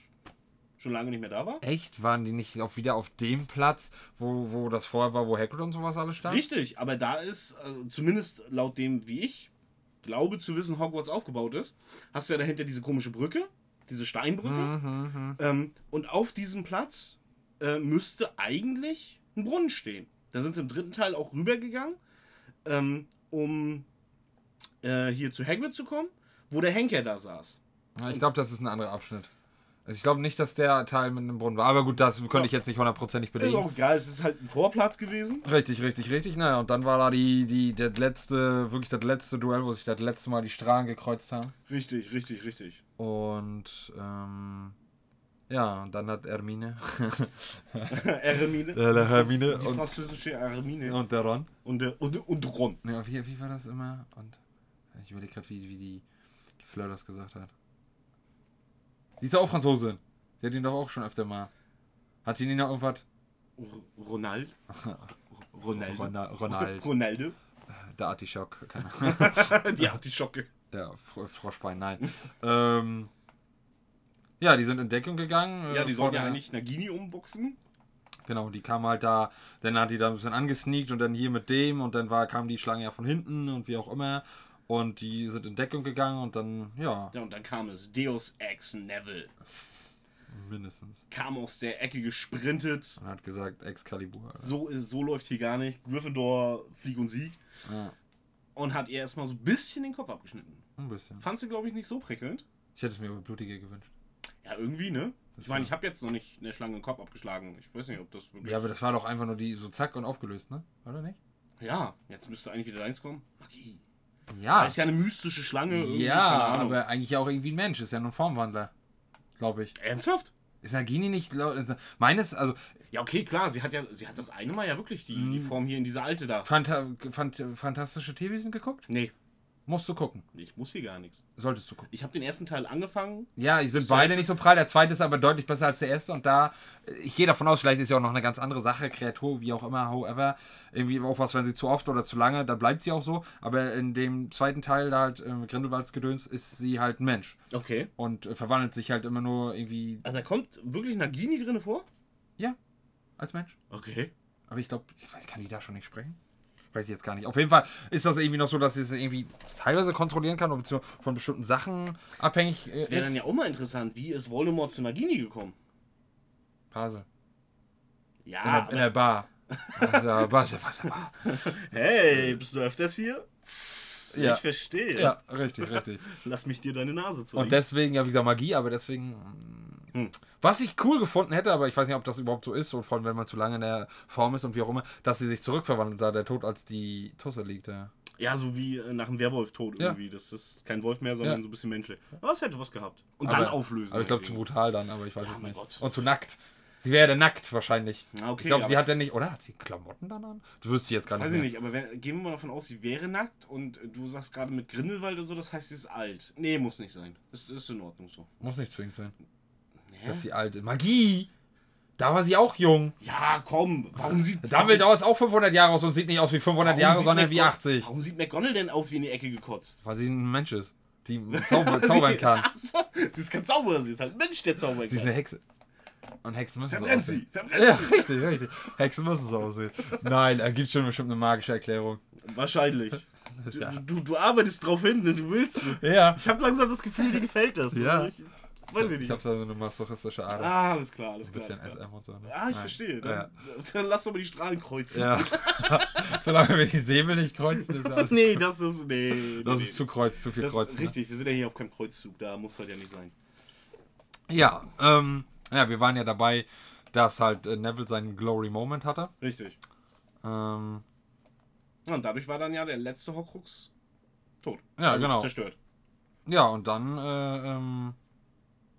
schon lange nicht mehr da war.
echt? Waren die nicht auch wieder auf dem Platz, wo, wo das vorher war, wo Hagrid und sowas alles stand?
Richtig, aber da ist, äh, zumindest laut dem, wie ich glaube zu wissen, Hogwarts aufgebaut ist, hast du ja dahinter diese komische Brücke, diese Steinbrücke.
Mhm, Hm.
Ähm, und auf diesem Platz äh, müsste eigentlich ein Brunnen stehen. Da sind sie im dritten Teil auch rübergegangen, ähm, um äh, hier zu Hagrid zu kommen, wo der Henker da saß.
Ja, ich glaube, das ist ein anderer Abschnitt. Also ich glaube nicht, dass der Teil mit einem Brunnen war. Aber gut, das könnte ich jetzt nicht hundertprozentig
Ist
belegen.
auch egal, es ist halt ein Vorplatz gewesen.
Richtig, richtig, richtig. Naja, und dann war da die, die, das letzte, wirklich das letzte Duell, wo sich das letzte Mal die Strahlen gekreuzt haben.
Richtig, richtig, richtig. (laughs)
Und ähm, ja, und dann hat Hermine.
Eremine.
Äh, La Hermine
Die
und-
französische Eremine.
und der Ron.
Und, äh, und, und Ron.
(laughs) Ja, wie, wie war das immer? Und ich überlege gerade, wie, wie die, die Fleur das gesagt hat. Sie ist ja auch Franzosin. Sie hat ihn doch auch schon öfter mal. Hat sie ihn noch irgendwas?
R-
(laughs)
Ronald. Ronaldo.
Ronal- Ronald. (laughs)
(laughs) Ronaldo.
Der Artischock, keine (laughs) Ahnung.
Die Artischocke.
Ja, Fro- Froschbein, (laughs) nein. ähm, ja, die sind in Deckung gegangen. äh,
Ja, die
vor
sollen ja
der-
eigentlich Nagini umboxen.
Genau, die kam halt da, dann hat die da ein bisschen angesneakt und dann hier mit dem und dann war, kam die Schlange ja von hinten und wie auch immer. Und die sind in Deckung gegangen und dann, ja,
Ja, und dann kam es. Deus Ex Neville.
mindestens.
Kam aus der Ecke gesprintet.
Und hat gesagt, Excalibur. Alter.
So, ist, so läuft hier gar nicht. Gryffindor, Flieg und Sieg.
Ja,
Und hat ihr erstmal so ein bisschen den Kopf abgeschnitten.
ein bisschen.
Fand sie, glaube ich, nicht so prickelnd.
Ich hätte es mir aber blutiger gewünscht.
Ja, irgendwie, ne?
Das
Ich meine,
war-
ich habe jetzt noch nicht eine Schlange den Kopf abgeschlagen. Ich weiß nicht, ob das wirklich.
Ja, aber das war doch einfach nur die so zack und aufgelöst, ne? Oder nicht?
Ja, jetzt müsste eigentlich wieder eins kommen. Magie.
Ja.
Das ist ja eine mystische Schlange. irgendwie,
Ah. ja,
keine Ahnung.
aber eigentlich auch irgendwie ein Mensch. Ist ja nur ein Formwandler. Glaube ich.
Ernsthaft?
Ist Nagini nicht. lau- Meines, also
Ja, okay, klar. Sie hat ja, sie hat das eine Mal ja wirklich die,
Mhm.
die Form hier in dieser Alte da.
Phanta Phant fantastische Tierwesen geguckt?
Nee,
Musst du gucken.
ich muss hier gar nichts.
Solltest du gucken.
Ich habe den ersten Teil angefangen.
Ja, die sind beide nicht so prall. Der zweite ist aber deutlich besser als der erste. Und da, ich gehe davon aus, vielleicht ist ja auch noch eine ganz andere Sache, Kreatur, wie auch immer, however. Irgendwie auch was, wenn sie zu oft oder zu lange, dann bleibt sie auch so. Aber in dem zweiten Teil, da halt ähm, Grindelwalds Gedöns, ist sie halt ein Mensch.
Okay.
Und äh, verwandelt sich halt immer nur irgendwie,
Also da kommt wirklich Nagini drin vor?
ja, als Mensch.
Okay.
Aber ich glaube, ich weiß, kann die da schon nicht sprechen? Weiß ich jetzt gar nicht. Auf jeden Fall ist das irgendwie noch so, dass sie es irgendwie teilweise kontrollieren kann oder beziehungsweise von bestimmten Sachen abhängig äh,
Das wäre dann
ist.
ja auch mal interessant. Wie ist Voldemort zu Nagini gekommen?
Pase.
Ja,
In, der, in der Bar. Ja, Pase, Pase, Bar.
hey, bist du öfters hier?
Ja.
Ich verstehe.
Ja, (laughs) richtig, richtig.
Lass mich dir deine Nase zeigen.
Und deswegen, ja, wie gesagt, Magie, aber deswegen. mm,
Hm.
Was ich cool gefunden hätte, aber ich weiß nicht, ob das überhaupt so ist und vor allem, wenn man zu lange in der Form ist und wie auch immer, dass sie sich zurückverwandelt, da der Tod als die Tusse liegt. Ja.
Ja, so wie äh, nach einem Werwolf-Tod
Ja.
irgendwie. Das ist kein Wolf mehr, sondern
Ja.
so ein bisschen menschlich. Aber es hätte was gehabt. Und
Aber-
dann auflösen.
Aber ich glaube, zu
meinetwegen.
brutal dann, aber ich weiß es
mein
nicht.
Gott.
Und zu nackt. Sie wäre ja nackt wahrscheinlich.
Na, okay,
ich glaube, sie
aber-
hat ja nicht. Oder hat sie Klamotten dann an? Du wirst sie jetzt gar nicht.
Weiß ich
mehr.
nicht, aber wenn, gehen wir mal davon aus, sie wäre nackt und äh, du sagst gerade mit Grindelwald und so, das heißt, sie ist alt. Nee, muss nicht sein. Ist, ist in Ordnung so.
Muss nicht zwingend sein.
Hä?
Dass sie alt ist. Magie! Da war sie auch jung.
ja, komm, warum sieht
Dumbledore ist auch 500 Jahre aus und sieht nicht aus wie 500
warum
Jahre,
sieht
sondern
McGon-
wie 80.
Warum sieht McGonagall denn aus wie in die Ecke gekotzt?
Weil sie ein Mensch ist,
(laughs)
die zaubern, zaubern kann.
Ach so, sie ist kein Zauberer, sie ist halt ein Mensch, der zaubern
Sie ist
kann.
eine Hexe. Und Hexen müssen
Verbrennt
so
sie!
aussehen.
Verbrennt
Ja, richtig, richtig. Hexen müssen so aussehen. Nein, da gibt schon bestimmt eine magische Erklärung.
sie! Wahrscheinlich. Du,
Ja.
du, du arbeitest drauf hin, ne? du willst. es.
Ja.
Ich habe langsam das Gefühl, dir gefällt das.
Ja.
Also Ich, weiß ich
Ich
nicht.
hab's also eine masochistische Ader.
ah, alles klar, alles
ein
klar.
bisschen
alles klar.
SM und so. Ne?
Ah,
Nein.
ich verstehe. Dann,
Ja.
dann lass doch mal die Strahlen kreuzen. (laughs)
ja. (laughs) Solange wir die Säbel nicht kreuzen, ist ja alles.
nee, das ist. Nee. nee,
Das
nee.
ist zu kreuz, zu viel
Das-
kreuz. Ne?
Richtig, wir sind ja hier auf keinem Kreuzzug, da muss halt ja nicht sein.
Ja, ähm, ja, wir waren ja dabei, dass halt äh, Neville seinen Glory Moment hatte.
Richtig.
Ähm,
Ja, Und dadurch war dann ja der letzte Horcrux tot. Also
Ja, genau.
Zerstört.
ja, und dann äh, ähm,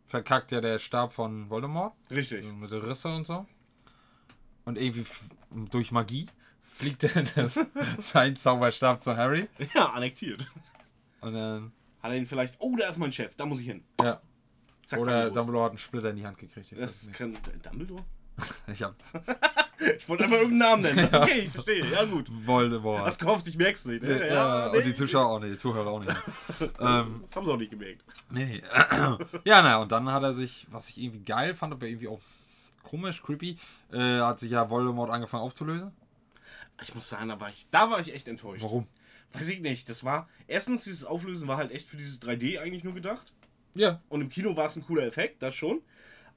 verkackt ja der Stab von Voldemort.
Richtig.
So mit der Risse und so. Und irgendwie f- durch Magie fliegt dann (laughs) das, sein Zauberstab zu Harry.
(laughs) Ja, annektiert.
Und dann,
Hat er ihn vielleicht. Oh, da ist mein Chef, da muss ich hin.
ja.
Zack,
Oder
Fanglos.
Dumbledore hat einen Splitter in die Hand gekriegt. Ich
Das
weiß
ist
es
kein Dumbledore?
nicht. Ich hab
Ich wollte einfach irgendeinen Namen
(laughs)
nennen. Okay, ich verstehe. Ja, gut.
Voldemort.
Hast gehofft, ich merk's nicht. Ne?
ja, und die
nee.
Zuschauer auch nicht, die Zuhörer auch nicht. ähm,
Das haben sie auch nicht gemerkt.
nee, nee. (clears throat) ja, naja, und dann hat er sich, was ich irgendwie geil fand, aber irgendwie auch komisch, creepy, äh, hat sich ja Voldemort angefangen aufzulösen.
Ich muss sagen, da war ich, da war ich echt enttäuscht.
Warum?
Weiß ich nicht. Das war. Erstens, dieses Auflösen war halt echt für dieses 3D eigentlich nur gedacht.
Ja.
Und im Kino war es ein cooler Effekt, das schon.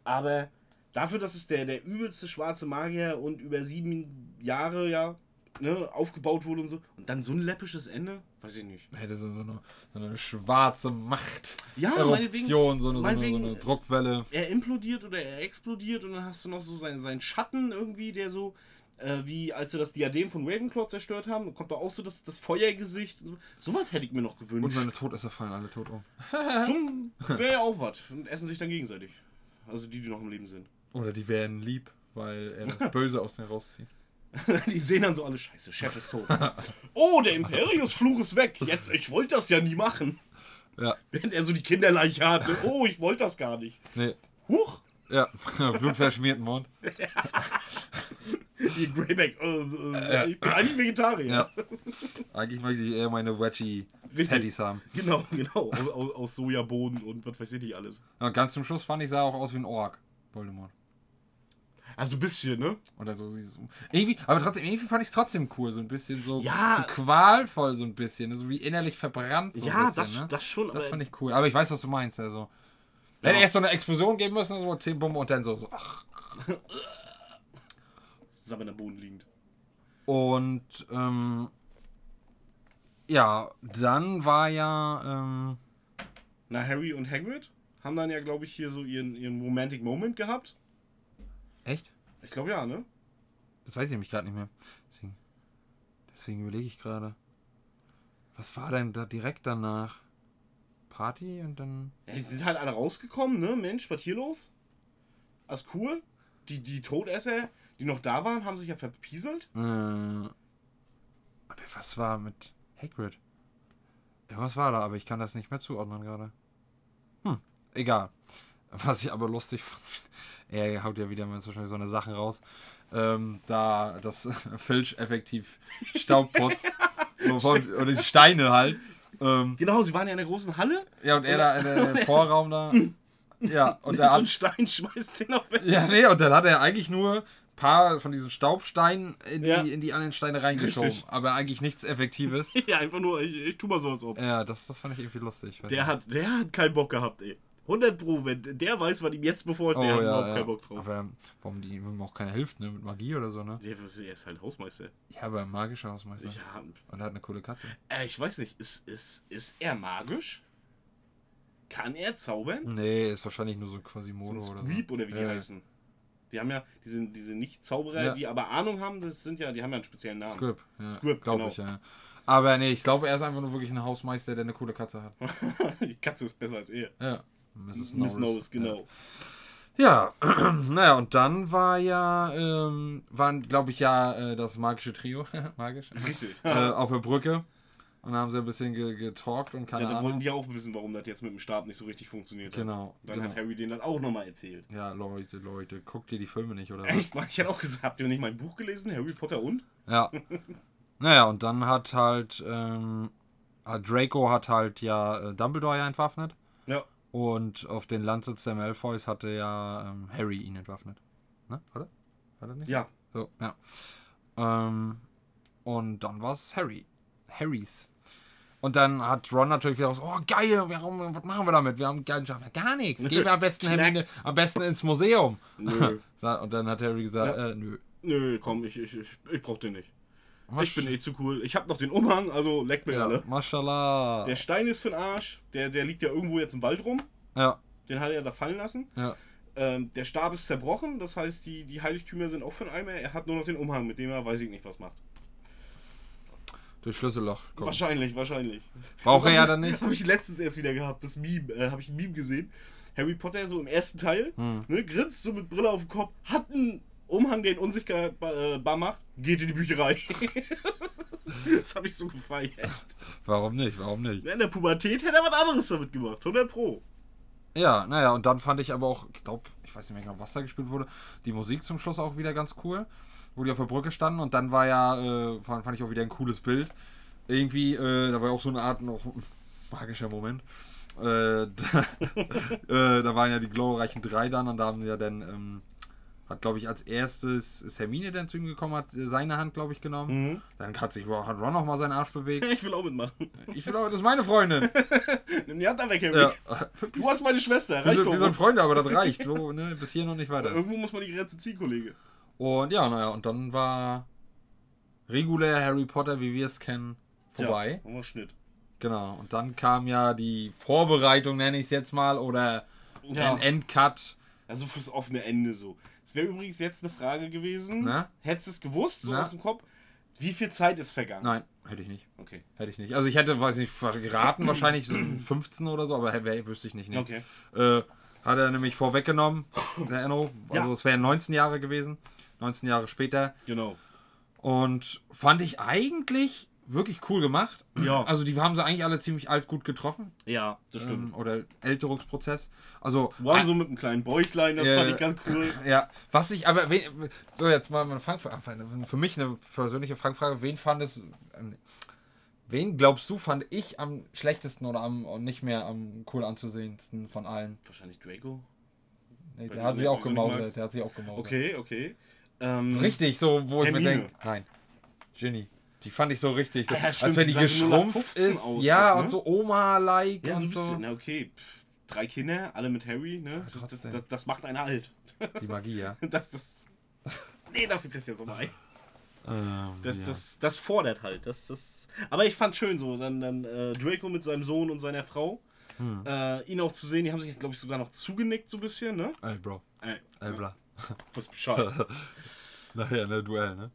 Aber dafür, dass es der, der übelste schwarze Magier und über sieben Jahre ja ne, aufgebaut wurde und so. Und dann so ein läppisches Ende? Weiß ich nicht.
Hätte so, so, eine, so eine schwarze Macht.
Ja, meinetwegen-
Eruption, so eine, so, eine, so eine
meinetwegen-
Druckwelle.
Er implodiert oder er explodiert und dann hast du noch so seinen, seinen Schatten irgendwie, der so. Äh, wie als sie das Diadem von Ravenclaw zerstört haben, dann kommt da auch so das, das Feuergesicht. und So, so was hätte ich mir noch
Und
gewünscht.
seine Todesser fallen alle tot um.
Zum wäre ja auch was. Und essen sich dann gegenseitig. Also die, die noch am Leben sind.
Oder die werden lieb, weil er
(laughs)
das Böse aus denen rauszieht.
Die sehen dann so alle Scheiße, Chef ist tot. (laughs) Oh, der Imperius-Fluch ist weg. Jetzt, ich wollte das ja nie machen. (laughs)
Ja,
Während er so die Kinderleiche hat. ne? Oh, ich wollte das gar nicht.
nee.
Huch,
Ja, (laughs) blutverschmierten Mund.
die Greyback. Äh, äh, Ich bin eigentlich Vegetarier.
Ja. Eigentlich möchte ich eher meine Wedgie-Patties haben.
Genau, (laughs) genau. Aus, aus, aus Sojabohnen und was weiß ich nicht alles.
Ja, und ganz zum Schluss fand ich, sah auch aus wie ein Ork. Voldemort.
Also ein bisschen, ne?
Oder so dieses. Irgendwie, aber trotzdem, irgendwie fand ich es trotzdem cool. So ein bisschen so,
Ja.
so qualvoll, so ein bisschen. ne? So wie innerlich verbrannt. So
ja,
ein bisschen,
das,
ne?
das schon.
Das fand ich cool. Aber ich weiß, was du meinst. Also. Hätte erst so eine Explosion geben müssen, so 10 Bomben und dann so. so. Ach.
Sammel am Boden liegend.
Und ähm, ja, dann war ja. Ähm,
Na, Harry und Hagrid haben dann ja, glaube ich, hier so ihren, ihren Romantic Moment gehabt.
echt?
Ich glaube ja, ne?
Das weiß ich nämlich gerade nicht mehr. Deswegen, deswegen überlege ich gerade. Was war denn da direkt danach? Party und dann.
Ja, die sind halt alle rausgekommen, ne? Mensch, was hier los? Alles cool. Die, die Todesser, die noch da waren, haben sich ja verpieselt.
Äh, aber was war mit Hagrid? Irgendwas war da, aber ich kann das nicht mehr zuordnen gerade. Hm, egal. Was ich aber lustig fand, (laughs) er haut ja wieder mal so schnell so eine Sachen raus, ähm, da das (laughs) Filch effektiv Staub
(laughs)
putzt So von- oder die Steine halt. Ähm,
Genau, sie waren ja in der großen Halle.
ja, und er da in der- in
(laughs)
der Vorraum da. Ja, und er
so ein
hat
Stein schmeißt den auf weg.
ja, nee, und dann hat er eigentlich nur ein paar von diesen Staubsteinen in,
Ja.
die, in die anderen Steine reingeschoben.
Richtig.
Aber eigentlich nichts
(laughs)
Effektives.
(laughs) Ja, einfach nur, ich, ich tu mal sowas auf.
ja, das, das fand ich irgendwie lustig.
Der hat, der hat keinen Bock gehabt, ey. 100 Pro, wenn der weiß, was ihm jetzt befolgt, der hat überhaupt keinen Bock drauf.
Oh, Aber ähm, warum die ihm auch keiner hilft, ne? Mit Magie oder so, ne?
Der, der ist halt Hausmeister.
Ja, aber ein magischer Hausmeister.
Ja,
Und er hat eine coole Katze.
äh, ich weiß nicht, ist, ist, ist er magisch? Kann er zaubern?
Nee, ist wahrscheinlich nur so ein Quasimodo
so ein
oder
Sweep
so.
oder wie die
ja,
heißen. Die haben ja diese, diese Nicht-Zauberer,
Ja.
die aber Ahnung haben, das sind ja, die haben ja einen speziellen Namen.
Squib. Ja,
Squib,
Glaube
genau.
ich, ja. Aber nee, ich glaube, er ist einfach nur wirklich ein Hausmeister, der eine coole Katze hat.
(laughs) Die Katze ist besser als er. (laughs)
Ja. Mrs.
Miss Nose,
Ja.
genau.
Ja, (clears throat) naja, und dann war ja, ähm, waren, glaube ich, ja äh, das magische Trio, (laughs) magisch,
Richtig.
äh, auf der Brücke. Und da haben sie ein bisschen ge- getalkt und keine
Ja, da
Ahnung.
wollten die auch wissen, warum das jetzt mit dem Stab nicht so richtig funktioniert hat.
Genau,
Dann
genau.
hat Harry denen das auch nochmal erzählt.
Ja, Leute, Lehalte, guckt ihr die Filme nicht, oder was?
Echt? Ich hätte auch gesagt, habt ihr nicht mein Buch gelesen? Harry Potter und?
Ja. Naja, und dann hat halt, ähm, ah, Draco hat halt ja äh, Dumbledore ja entwaffnet.
Ja.
Und auf den Landsitz der Malfoys hatte ja ähm, Harry ihn entwaffnet. Ne, oder? War das nicht?
Ja.
So, ja. Ähm, und dann war es Harry. Harrys. Und dann hat Ron natürlich wieder so, oh geil, warum, was machen wir damit? Wir haben einen geilen Schaffner. Gar nichts. Gehen wir am
(laughs)
besten,
Knack.
Hermine, am besten ins Museum.
Nö.
(laughs) Sa- Und dann hat Harry gesagt,
Ja.
äh, nö.
Nö, komm, ich, ich, ich, ich brauch den nicht.
Masch-
Ich bin eh zu cool. Ich hab noch den Umhang, also leck mir
ja,
alle.
Maschallah.
Der Stein ist für'n Arsch. Der, der liegt ja irgendwo jetzt im Wald rum.
Ja,
Den hat er da fallen lassen.
ja.
Ähm, der Stab ist zerbrochen, das heißt, die, die Heiligtümer sind auch für einen Eimer. Er hat nur noch den Umhang, mit dem er weiß ich nicht, was macht.
Durch Schlüsselloch. Komm.
Wahrscheinlich, wahrscheinlich.
Braucht
Das
er ja
hab
dann
ich-
nicht.
(laughs) Hab ich letztens erst wieder gehabt, das Meme. Äh, hab ich ein Meme gesehen. Harry Potter so im ersten Teil,
Hm.
ne, grinst so mit Brille auf dem Kopf, hat einen Umhang, der ihn unsichtbar äh, bar macht, geht in die Bücherei. (laughs) das hab ich so gefeiert.
Warum nicht? Warum nicht?
In der Pubertät hätte er was anderes damit gemacht, 100 Pro.
Ja, naja, und dann fand ich aber auch, ich glaube, ich weiß nicht mehr genau, was da gespielt wurde, die Musik zum Schluss auch wieder ganz cool, wo die auf der Brücke standen und dann war ja, äh, fand, fand ich auch wieder ein cooles Bild. Irgendwie, äh, da war ja auch so eine Art noch (laughs) magischer Moment. Äh, (laughs) da, äh, da waren ja die glorreichen drei dann und da haben ja dann, ähm, hat glaube ich als erstes ist Hermine dann zu ihm gekommen, hat äh, seine Hand glaube ich genommen. Dann hat sich hat Ron nochmal seinen Arsch bewegt.
Ich will auch mitmachen.
Ich will auch, das ist meine Freundin.
Nimm die Hand da weg, Harry.
Ja.
Du hast meine Schwester,
Wir
reicht
sind,
doch.
wir sind Freunde, aber das reicht. So, ne, bis hier noch nicht weiter.
Irgendwo muss man die Grenze ziehen, Kollege.
Und ja, naja, und dann war regulär Harry Potter, wie wir es kennen, vorbei.
Ja, machen wir Schnitt.
Genau. Und dann kam ja die Vorbereitung, nenne ich es jetzt mal, oder
Ja.
ein Endcut.
Also fürs offene Ende so. Es wäre übrigens jetzt eine Frage gewesen.
Na?
Hättest du es gewusst, so
Na?
aus dem Kopf? Wie viel Zeit ist vergangen?
Nein, hätte ich nicht.
Okay.
Hätte ich nicht. Also ich hätte, weiß nicht, geraten wahrscheinlich
(clears throat)
so 15 oder so, aber wär, wüsste ich nicht. nee.
Okay.
Äh, hat er nämlich vorweggenommen, der Enno. Also
Ja.
es wären 19 Jahre gewesen. 19 Jahre später.
Genau.
Und fand ich eigentlich wirklich cool gemacht.
Ja.
Also die haben sie eigentlich alle ziemlich alt gut getroffen.
Ja, das stimmt.
ähm, oder Älterungsprozess. Also,
Wow, so mit einem kleinen Bäuchlein, das
Ja,
fand
ja.
ich ganz cool.
ja, was ich aber, wen, so jetzt mal eine Fangfrage, für mich eine persönliche Fangfrage, wen fandest, ähm, wen glaubst du, fand ich am schlechtesten oder am und nicht mehr am cool anzusehendsten von allen?
Wahrscheinlich Draco.
Nee,
Weil
der
du
hat sich
ihn
auch
sowieso nicht
gemausert,
magst.
der hat sich auch gemausert.
Okay, okay. Ähm,
Richtig, so, wo ich mir
Hermine.
denke, nein, Ginny. Die fand ich so richtig, so,
Ah ja,
als
stimmt,
wenn die
die sah so
geschrumpft
0815
ist,
aus,
ja,
ne?
und so Oma-like
Ja, so ein
und
bisschen.
so.
Na, okay. Pff, drei Kinder, alle mit Harry, ne? Das,
trotzdem.
das, das macht einen alt.
Die Magie, ja.
(laughs) Das, das. Nee, dafür kriegst du jetzt nochmal ein.
Ähm,
Das,
ja.
das, das fordert halt. Das, das, aber ich fand schön so, dann, dann äh, Draco mit seinem Sohn und seiner Frau,
Hm.
äh, ihn auch zu sehen, die haben sich, glaube ich, sogar noch zugenickt so ein bisschen, ne?
Ey, Bro,
Äh,
ey, bla.
das Bescheid.
(laughs)
(laughs)
Nachher in der Duell, ne?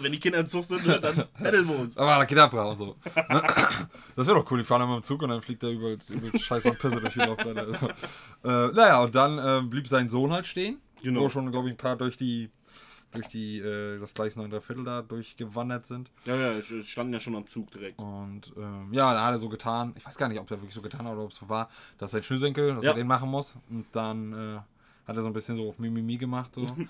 Wenn die Kinder in Zug sind,
(laughs)
ne, dann betteln wir uns.
Aber der Kinderbra und so. Ne? (clears throat) das wäre doch cool, die fahren einmal im Zug und dann fliegt der über, über Scheiß und Pisse durch die Laufbahn. Also, äh, naja, und dann ähm, blieb sein Sohn halt stehen,
Genau.
wo schon, glaube ich, ein paar durch die durch die, äh, das Gleis 9 Viertel da durchgewandert sind.
Ja, ja, sch- standen ja schon am Zug direkt.
Und ähm, ja, da hat er so getan, ich weiß gar nicht, ob er wirklich so getan hat oder ob es so war, dass sein Schnürsenkel, dass
Ja.
er den machen muss. Und dann äh, hat er so ein bisschen so auf Mimimi gemacht. So.
(laughs) Hm,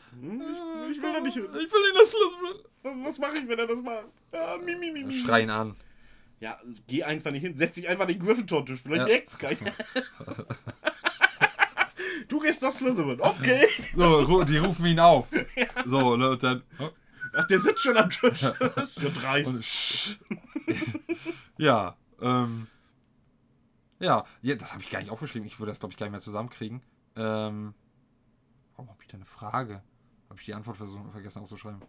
Ich, ich will da nicht hin.
(laughs) Ich will ihn das lassen.
Was mache ich, wenn er das macht? Ah, mi, mi, mi, mi.
Schreien an.
Ja, geh einfach nicht hin. Setz dich einfach den Gryffindor-Tisch. Vielleicht
Ja.
merkt's keiner. (laughs) du gehst nach Slytherin.
(laughs)
Okay.
So, ru- die rufen ihn
(laughs)
auf. So, ne, und dann.
Ach, der sitzt schon
(laughs)
am Tisch. Das ist ja dreist.
Ja, ähm. Ja, ja das habe ich gar nicht aufgeschrieben. Ich würde das, glaube ich, gar nicht mehr zusammenkriegen. Ähm. Warum habe ich da eine Frage? Habe ich die Antwort versucht, vergessen aufzuschreiben?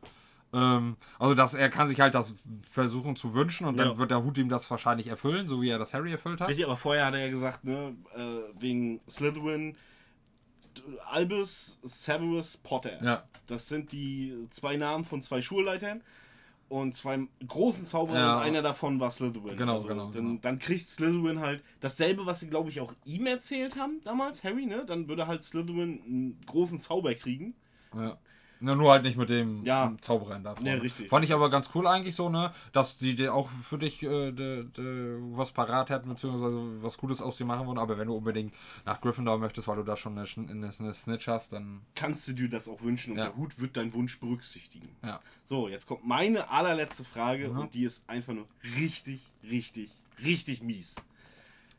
Ähm, also, dass er kann sich halt das versuchen zu wünschen und dann
Ja.
wird der Hut ihm das wahrscheinlich erfüllen, so wie er das Harry erfüllt hat.
Richtig, aber vorher hat er ja gesagt, ne, äh, wegen Slytherin, D- Albus Severus Potter.
Ja.
Das sind die zwei Namen von zwei Schulleitern. und zwei großen Zauberer
Ja.
und einer davon war Slytherin. Also,
Genau, genau,
Dann,
genau.
dann kriegt Slytherin halt dasselbe, was sie, glaube ich, auch ihm erzählt haben damals, Harry, ne? Dann würde halt Slytherin einen großen Zauber kriegen.
Ja. Na, nur halt nicht mit dem
Ja.
Zauberer da. vorne.
Ja, richtig.
Fand ich aber ganz cool eigentlich so, ne, dass die dir auch für dich äh, de, de, was parat hätten, beziehungsweise was Gutes aus dir machen wollen. Aber wenn du unbedingt nach Gryffindor möchtest, weil du da schon eine, Schn- eine, eine Snitch hast, dann.
Kannst du dir das auch wünschen und
Ja.
der Hut wird deinen Wunsch berücksichtigen.
Ja.
So, jetzt kommt meine allerletzte Frage
Mhm.
und die ist einfach nur richtig, richtig, richtig mies.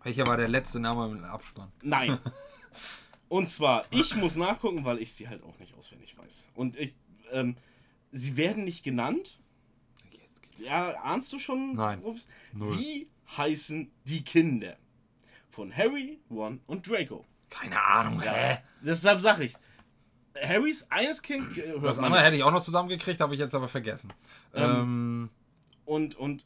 Welcher war der letzte Name im Abspann? (laughs)
Nein. Und zwar, ich muss nachgucken, weil ich sie halt auch nicht auswendig weiß. Und ich, ähm, sie werden nicht genannt. Ja, ahnst du schon?
Nein.
worum es-
Null.
Wie heißen die Kinder von Harry, Ron und Draco?
Keine Ahnung, hä?
Deshalb sage ich, Harrys eines Kind äh, hört
Das
man
andere hätte ich auch noch zusammengekriegt, habe ich jetzt aber vergessen. Ähm,
Und, und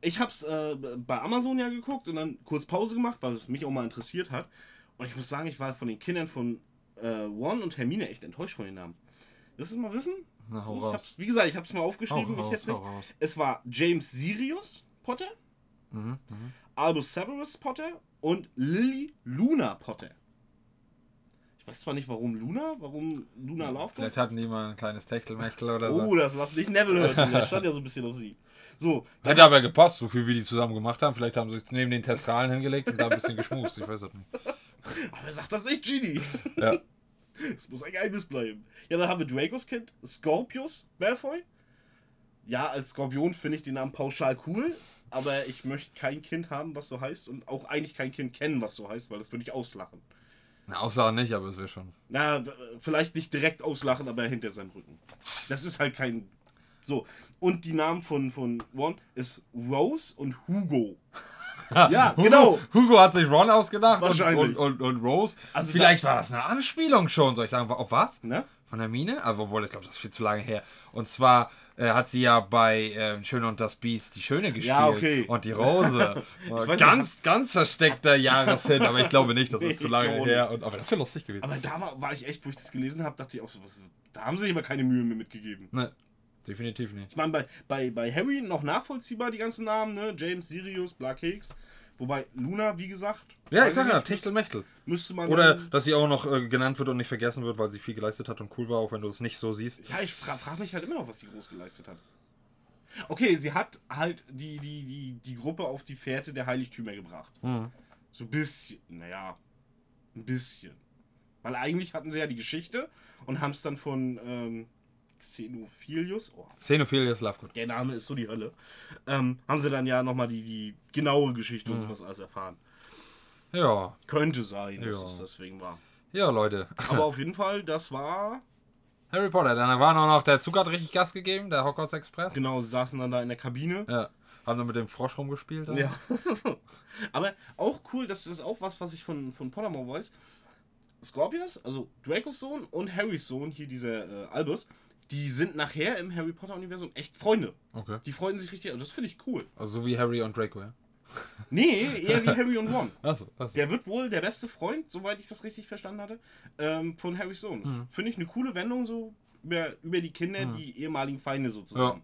ich habe es äh, bei Amazon ja geguckt und dann kurz Pause gemacht, weil es mich auch mal interessiert hat. Und ich muss sagen, ich war von den Kindern von äh, Ron und Hermine echt enttäuscht von den Namen. Willst du es mal wissen?
na, hau
Ich
raus.
hab's, wie gesagt, ich habe es mal
Hau
aufgeschrieben. ich
raus,
jetzt
hau
nicht.
raus.
Es war James Sirius Potter,
Mhm, mhm.
Albus Severus Potter und Lily Luna Potter. Ich weiß zwar nicht, warum Luna, warum Luna Lovegood.
Vielleicht hatten die mal ein kleines Techtelmechtel oder so.
Oh, das lass nicht Neville hören. Das stand ja so ein bisschen auf sie. So,
Hätte aber gepasst, so viel wie die zusammen gemacht haben. Vielleicht haben sie es neben den Testralen hingelegt und da ein bisschen geschmust. Ich weiß es nicht.
aber sag das nicht, Genie.
Ja.
Es muss ein Geheimnis bleiben. Ja, dann haben wir Dracos Kind, Scorpius Malfoy. Ja, als Skorpion finde ich den Namen pauschal cool, aber ich möchte kein Kind haben, was so heißt und auch eigentlich kein Kind kennen, was so heißt, weil das würde ich auslachen.
Na, Aussage nicht, aber es wäre schon.
Na, w- vielleicht nicht direkt auslachen, aber hinter seinem Rücken. Das ist halt kein. So. Und die Namen von, von Ron ist Rose und Hugo. ja, genau.
(laughs) Hugo, Hugo hat sich Ron ausgedacht und, und,
Wahrscheinlich.
und, und Rose.
Also
Vielleicht war das eine Anspielung schon, soll ich sagen. Auf was?
Ne?
Von der Mine? Aber obwohl, ich glaube, das ist viel zu lange her. Und zwar äh, hat sie ja bei äh, Schöne und das Biest die Schöne gespielt.
Ja, okay.
Und die
(laughs)
Rose.
nicht,
ganz, ganz versteckter Jahreshit, aber ich glaube nicht, das
(laughs) Nee,
ist zu
ich
lange
glaube
her. Und, aber das wäre lustig gewesen.
Aber da war, war ich echt, wo ich das gelesen habe, dachte ich auch so, was, da haben sie sich aber keine Mühe mehr mitgegeben.
ne, definitiv nicht.
Ich meine, bei, bei, bei Harry noch nachvollziehbar die ganzen Namen, ne? James, Sirius, Black Hicks. Wobei Luna, wie gesagt.
Ja, ich
weiß
sag ja,
nicht,
Techtelmechtel.
Müsste man.
Oder dass sie auch noch äh, genannt wird und nicht vergessen wird, weil sie viel geleistet hat und cool war, auch wenn du es nicht so siehst.
Ja, ich fra frage mich halt immer noch, was sie groß geleistet hat. Okay, sie hat halt die, die, die, die Gruppe auf die Fährte der Heiligtümer gebracht.
Hm.
So ein bisschen, naja, ein bisschen. Weil eigentlich hatten sie ja die Geschichte und haben es dann von ähm, Xenophilius, oh,
Xenophilius Lovegood.
der Name ist so die Hölle, ähm, haben sie dann ja nochmal die, die genaue Geschichte und sowas alles erfahren.
Ja,
Könnte sein, dass
Ja.
es deswegen war.
ja, Leute.
Aber auf jeden Fall, das war.
Harry Potter, dann war noch, noch der Zug hat richtig Gas gegeben, der Hogwarts Express.
Genau, sie saßen dann da in der Kabine.
Ja. Haben dann mit dem Frosch rumgespielt. da.
Ja. (laughs) Aber auch cool, das ist auch was, was ich von, von Pottermore weiß. Scorpius, also Dracos Sohn und Harrys Sohn, hier dieser äh, Albus, die sind nachher im Harry Potter-Universum echt Freunde.
Okay.
Die freuen sich richtig, also das finde ich cool.
Also so wie Harry und Draco, ja.
Nee, eher wie Harry und Ron.
Achso, achso.
Der wird wohl der beste Freund, soweit ich das richtig verstanden hatte, ähm, von Harrys Sohn. Finde ich eine coole Wendung so über, über die Kinder, die ehemaligen Feinde sozusagen.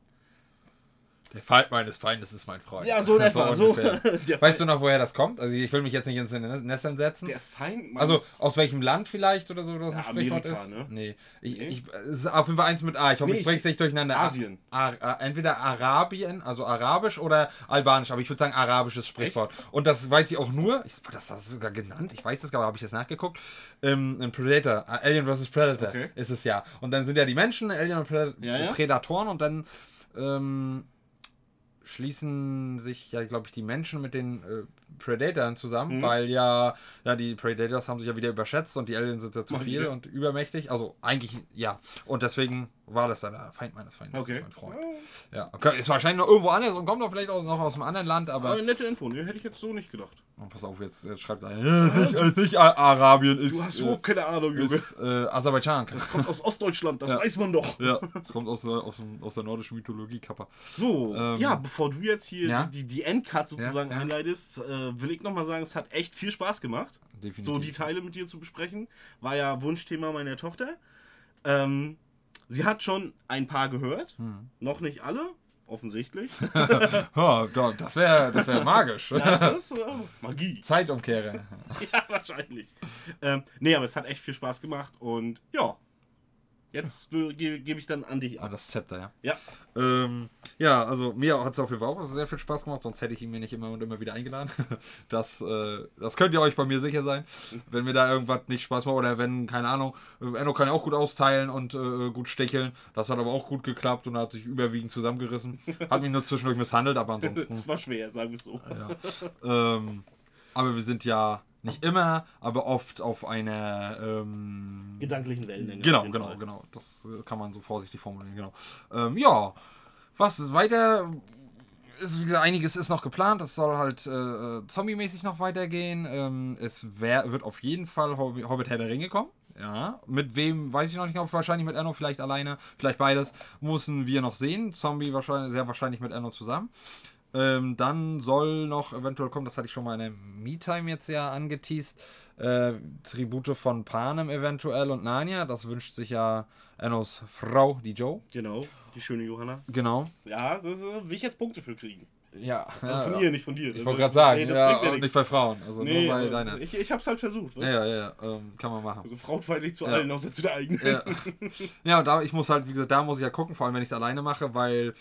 Der Feind meines Feindes ist mein Freund. (laughs)
Ja, so in etwa. So
ungefähr.
(laughs) der,
Weißt du noch, woher das kommt? Also ich will mich jetzt nicht ins Nestern setzen.
der Feind
Also
meines-
aus welchem Land vielleicht oder so, das ein
Ja,
Sprichwort
Amerika,
ist?
ne?
Nee. Ich,
Nee.
Ich, es ist auf jeden Fall eins mit A. Ich hoffe,
Nee,
ich
ich-
bringe es nicht durcheinander.
Asien.
A, A, entweder Arabien, also Arabisch oder Albanisch, aber ich würde sagen arabisches Sprichwort. Und das weiß ich auch nur, ich, das hast du sogar genannt, ich weiß das gar nicht, habe ich das nachgeguckt. Ähm, ein Predator, äh, Alien vs. Predator
Okay.
ist es ja. Und dann sind ja die Menschen Alien und Pred
Ja, ja.
Predatoren und dann ähm, schließen sich ja, glaube ich, die Menschen mit den äh, Predatoren
Mhm.
zusammen, weil ja, ja, die Predators haben sich ja wieder überschätzt und die Aliens sind ja zu
Mal
viel
wieder.
und übermächtig. Also eigentlich, ja. Und deswegen war das dann der Feind meines Feindes,
Okay.
mein Freund. Ja, okay. ist wahrscheinlich noch irgendwo anders und kommt doch vielleicht auch noch aus einem anderen Land,
Aber
aber.
eine nette Info, ne? Hätte ich jetzt so nicht gedacht.
Oh, pass auf, jetzt, jetzt schreibt einer. äh, Nicht, äh, nicht Ar- Arabien ist.
Du hast
äh,
überhaupt keine Ahnung, Junge.
ist äh, Aserbaidschan.
Das (laughs) kommt aus Ostdeutschland, das
Ja.
weiß man doch.
Ja, das kommt aus, äh, aus, dem- aus der nordischen Mythologie, Kappa.
So,
Ähm.
ja, bevor du jetzt hier
Ja?
die, die, die Endcard sozusagen
Ja, ja.
einleitest, äh, will ich nochmal sagen, es hat echt viel Spaß gemacht,
Definitiv.
so die Teile mit dir zu besprechen. War ja Wunschthema meiner
Hm.
Tochter. Ähm, sie hat schon ein paar gehört, noch nicht alle.
(laughs)
offensichtlich.
Oh, da- das wäre das wär magisch.
Das ist äh, Magie. (laughs)
Zeitumkehrer.
Ja, wahrscheinlich. Ähm, nee, aber es hat echt viel Spaß gemacht und ja. Jetzt äh, ge gebe ich dann an dich
Ah,
ab.
das Zepter, ja.
Ja,
Ähm, ja, also mir hat es auf jeden Fall auch sehr viel Spaß gemacht, sonst hätte ich ihn mir nicht immer und immer wieder eingeladen. (laughs) Das, äh, das könnt ihr euch bei mir sicher sein, wenn mir da irgendwas nicht Spaß macht oder wenn, keine Ahnung, äh, Enno kann ja auch gut austeilen und äh, gut sticheln. Das hat aber auch gut geklappt und hat sich überwiegend zusammengerissen. Hat mich nur zwischendurch misshandelt, aber
(laughs)
ansonsten.
es war schwer, sagen wir es so.
Äh, Ja. ähm, aber wir sind ja nicht immer, aber oft auf einer ähm,
Gedanklichen Wellen.
Genau, genau, genau. Das äh, kann man so vorsichtig formulieren, genau. Ähm, ja, was ist weiter? Ist, wie gesagt, einiges ist noch geplant. Es soll halt äh, äh, zombie-mäßig noch weitergehen. Ähm, es wär, wird auf jeden Fall Hobbi- Hobbit Herr der Ringe kommen. Ja. Mit wem, weiß ich noch nicht. Ob wahrscheinlich mit Erno, vielleicht alleine, vielleicht beides. Müssen wir noch sehen. Zombie wahrscheinlich, sehr wahrscheinlich mit Erno zusammen. Ähm, dann soll noch eventuell kommen, das hatte ich schon mal in der Me-Time jetzt ja angeteased, äh, Tribute von Panem eventuell und Narnia. Das wünscht sich ja Ennos Frau, die Jo.
Genau, die schöne Johanna.
Genau.
Ja, das äh, will ich jetzt Punkte für kriegen.
Ja.
Also
ja.
von ihr, nicht von dir.
Ich wollte gerade sagen,
Nee, das
ja,
bringt mir
und
nichts.
nicht bei Frauen, also
Nee,
nur bei
aber
deiner.
ich, ich hab's halt versucht. Was?
Ja, ja, ja, ähm, kann man machen.
Also frauenfeindlich zu
Ja.
allen, außer zu der eigenen.
Ja, (laughs) ja und da, ich muss halt, wie gesagt, da muss ich ja gucken, vor allem wenn ich es alleine mache, weil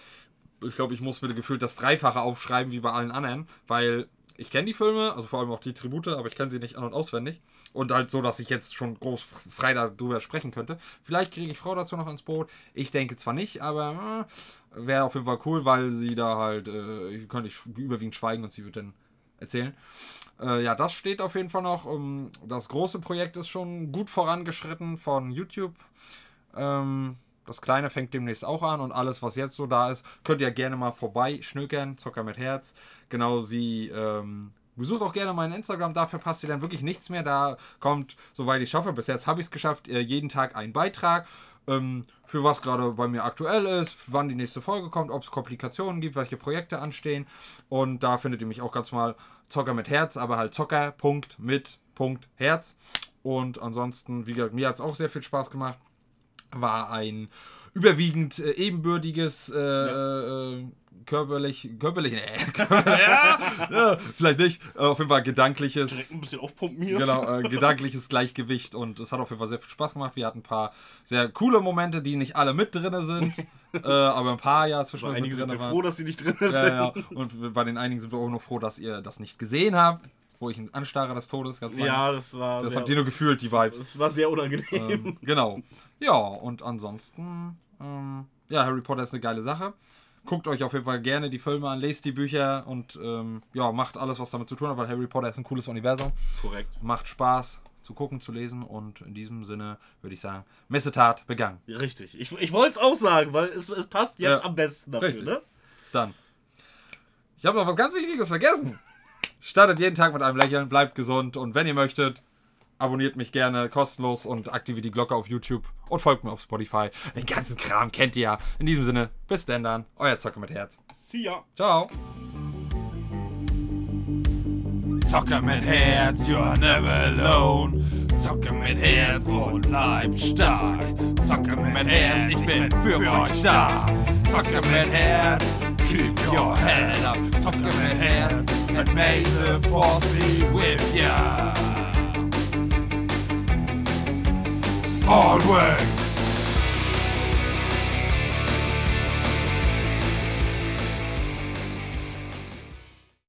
ich glaube, ich muss mir gefühlt das Dreifache aufschreiben wie bei allen anderen, weil ich kenne die Filme, also vor allem auch die Tribute, aber ich kenne sie nicht an- und auswendig. Und halt so, dass ich jetzt schon groß f- frei darüber sprechen könnte. Vielleicht kriege ich Frau dazu noch ins Boot. Ich denke zwar nicht, aber äh, wäre auf jeden Fall cool, weil sie da halt, äh, könnte ich sch- überwiegend schweigen und sie wird dann erzählen. Äh, ja, das steht auf jeden Fall noch. Ähm, das große Projekt ist schon gut vorangeschritten von YouTube. Ähm, das kleine fängt demnächst auch an und alles, was jetzt so da ist, könnt ihr gerne mal vorbei schnökern. Zocker mit Herz. Genau wie. Ähm, Besucht auch gerne meinen Instagram, da verpasst ihr dann wirklich nichts mehr. Da kommt, soweit ich schaffe, bis jetzt habe ich es geschafft, äh, jeden Tag ein Beitrag, ähm, für was gerade bei mir aktuell ist, wann die nächste Folge kommt, ob es Komplikationen gibt, welche Projekte anstehen. Und da findet ihr mich auch ganz mal Zocker mit Herz, aber halt Zocker. Punkt mit Punkt Herz. Und ansonsten, wie gesagt, mir hat es auch sehr viel Spaß gemacht war ein überwiegend äh, ebenbürtiges äh, äh, körperlich körperlich (laughs) nee, körperlich- ja, ja, vielleicht nicht auf jeden Fall
Direkt
gedankliches
ein bisschen aufpumpen hier. (laughs)
genau äh, gedankliches Gleichgewicht und es hat auf jeden Fall sehr viel Spaß gemacht wir hatten ein paar sehr coole Momente die nicht alle mit drin
(laughs)
sind äh, aber ein paar ja
Aber
zwischendurch
einige
mit
sind
drin
ja
waren
froh, dass sie nicht drin ist.
ja,
(laughs)
ja. und bei den einigen sind wir auch noch froh dass ihr das nicht gesehen habt wo ich einen Anstarrer des Todes ganz lange
(laughs) Ja, das war.
das
sehr,
habt ihr nur gefühlt die Vibes
das war sehr unangenehm.
ähm, genau. Ja, und ansonsten, ähm, ja, Harry Potter ist eine geile Sache. Guckt euch auf jeden Fall gerne die Filme an, lest die Bücher und ähm, ja, macht alles, was damit zu tun hat, weil Harry Potter ist ein cooles Universum.
Korrekt.
Macht Spaß zu gucken, zu lesen und in diesem Sinne würde ich sagen, Missetat begangen.
Ja, richtig. Ich, ich wollte es auch sagen, weil es, es passt jetzt
Ja,
am besten dafür,
richtig.
ne?
Dann. Ich habe noch was ganz Wichtiges vergessen. Startet jeden Tag mit einem Lächeln, bleibt gesund und wenn ihr möchtet, abonniert mich gerne kostenlos und aktiviert die Glocke auf YouTube und folgt mir auf Spotify. Den ganzen Kram kennt ihr ja. In diesem Sinne, bis denn dann, euer Zocke mit Herz.
See ya.
Ciao.
Zocker mit Herz, you're never alone. Zocker mit Herz und bleib stark. Zocker mit Herz, ich bin für euch da. Zocker mit Herz, keep your head up. Zocker mit Herz, and may the force be with ya. Always.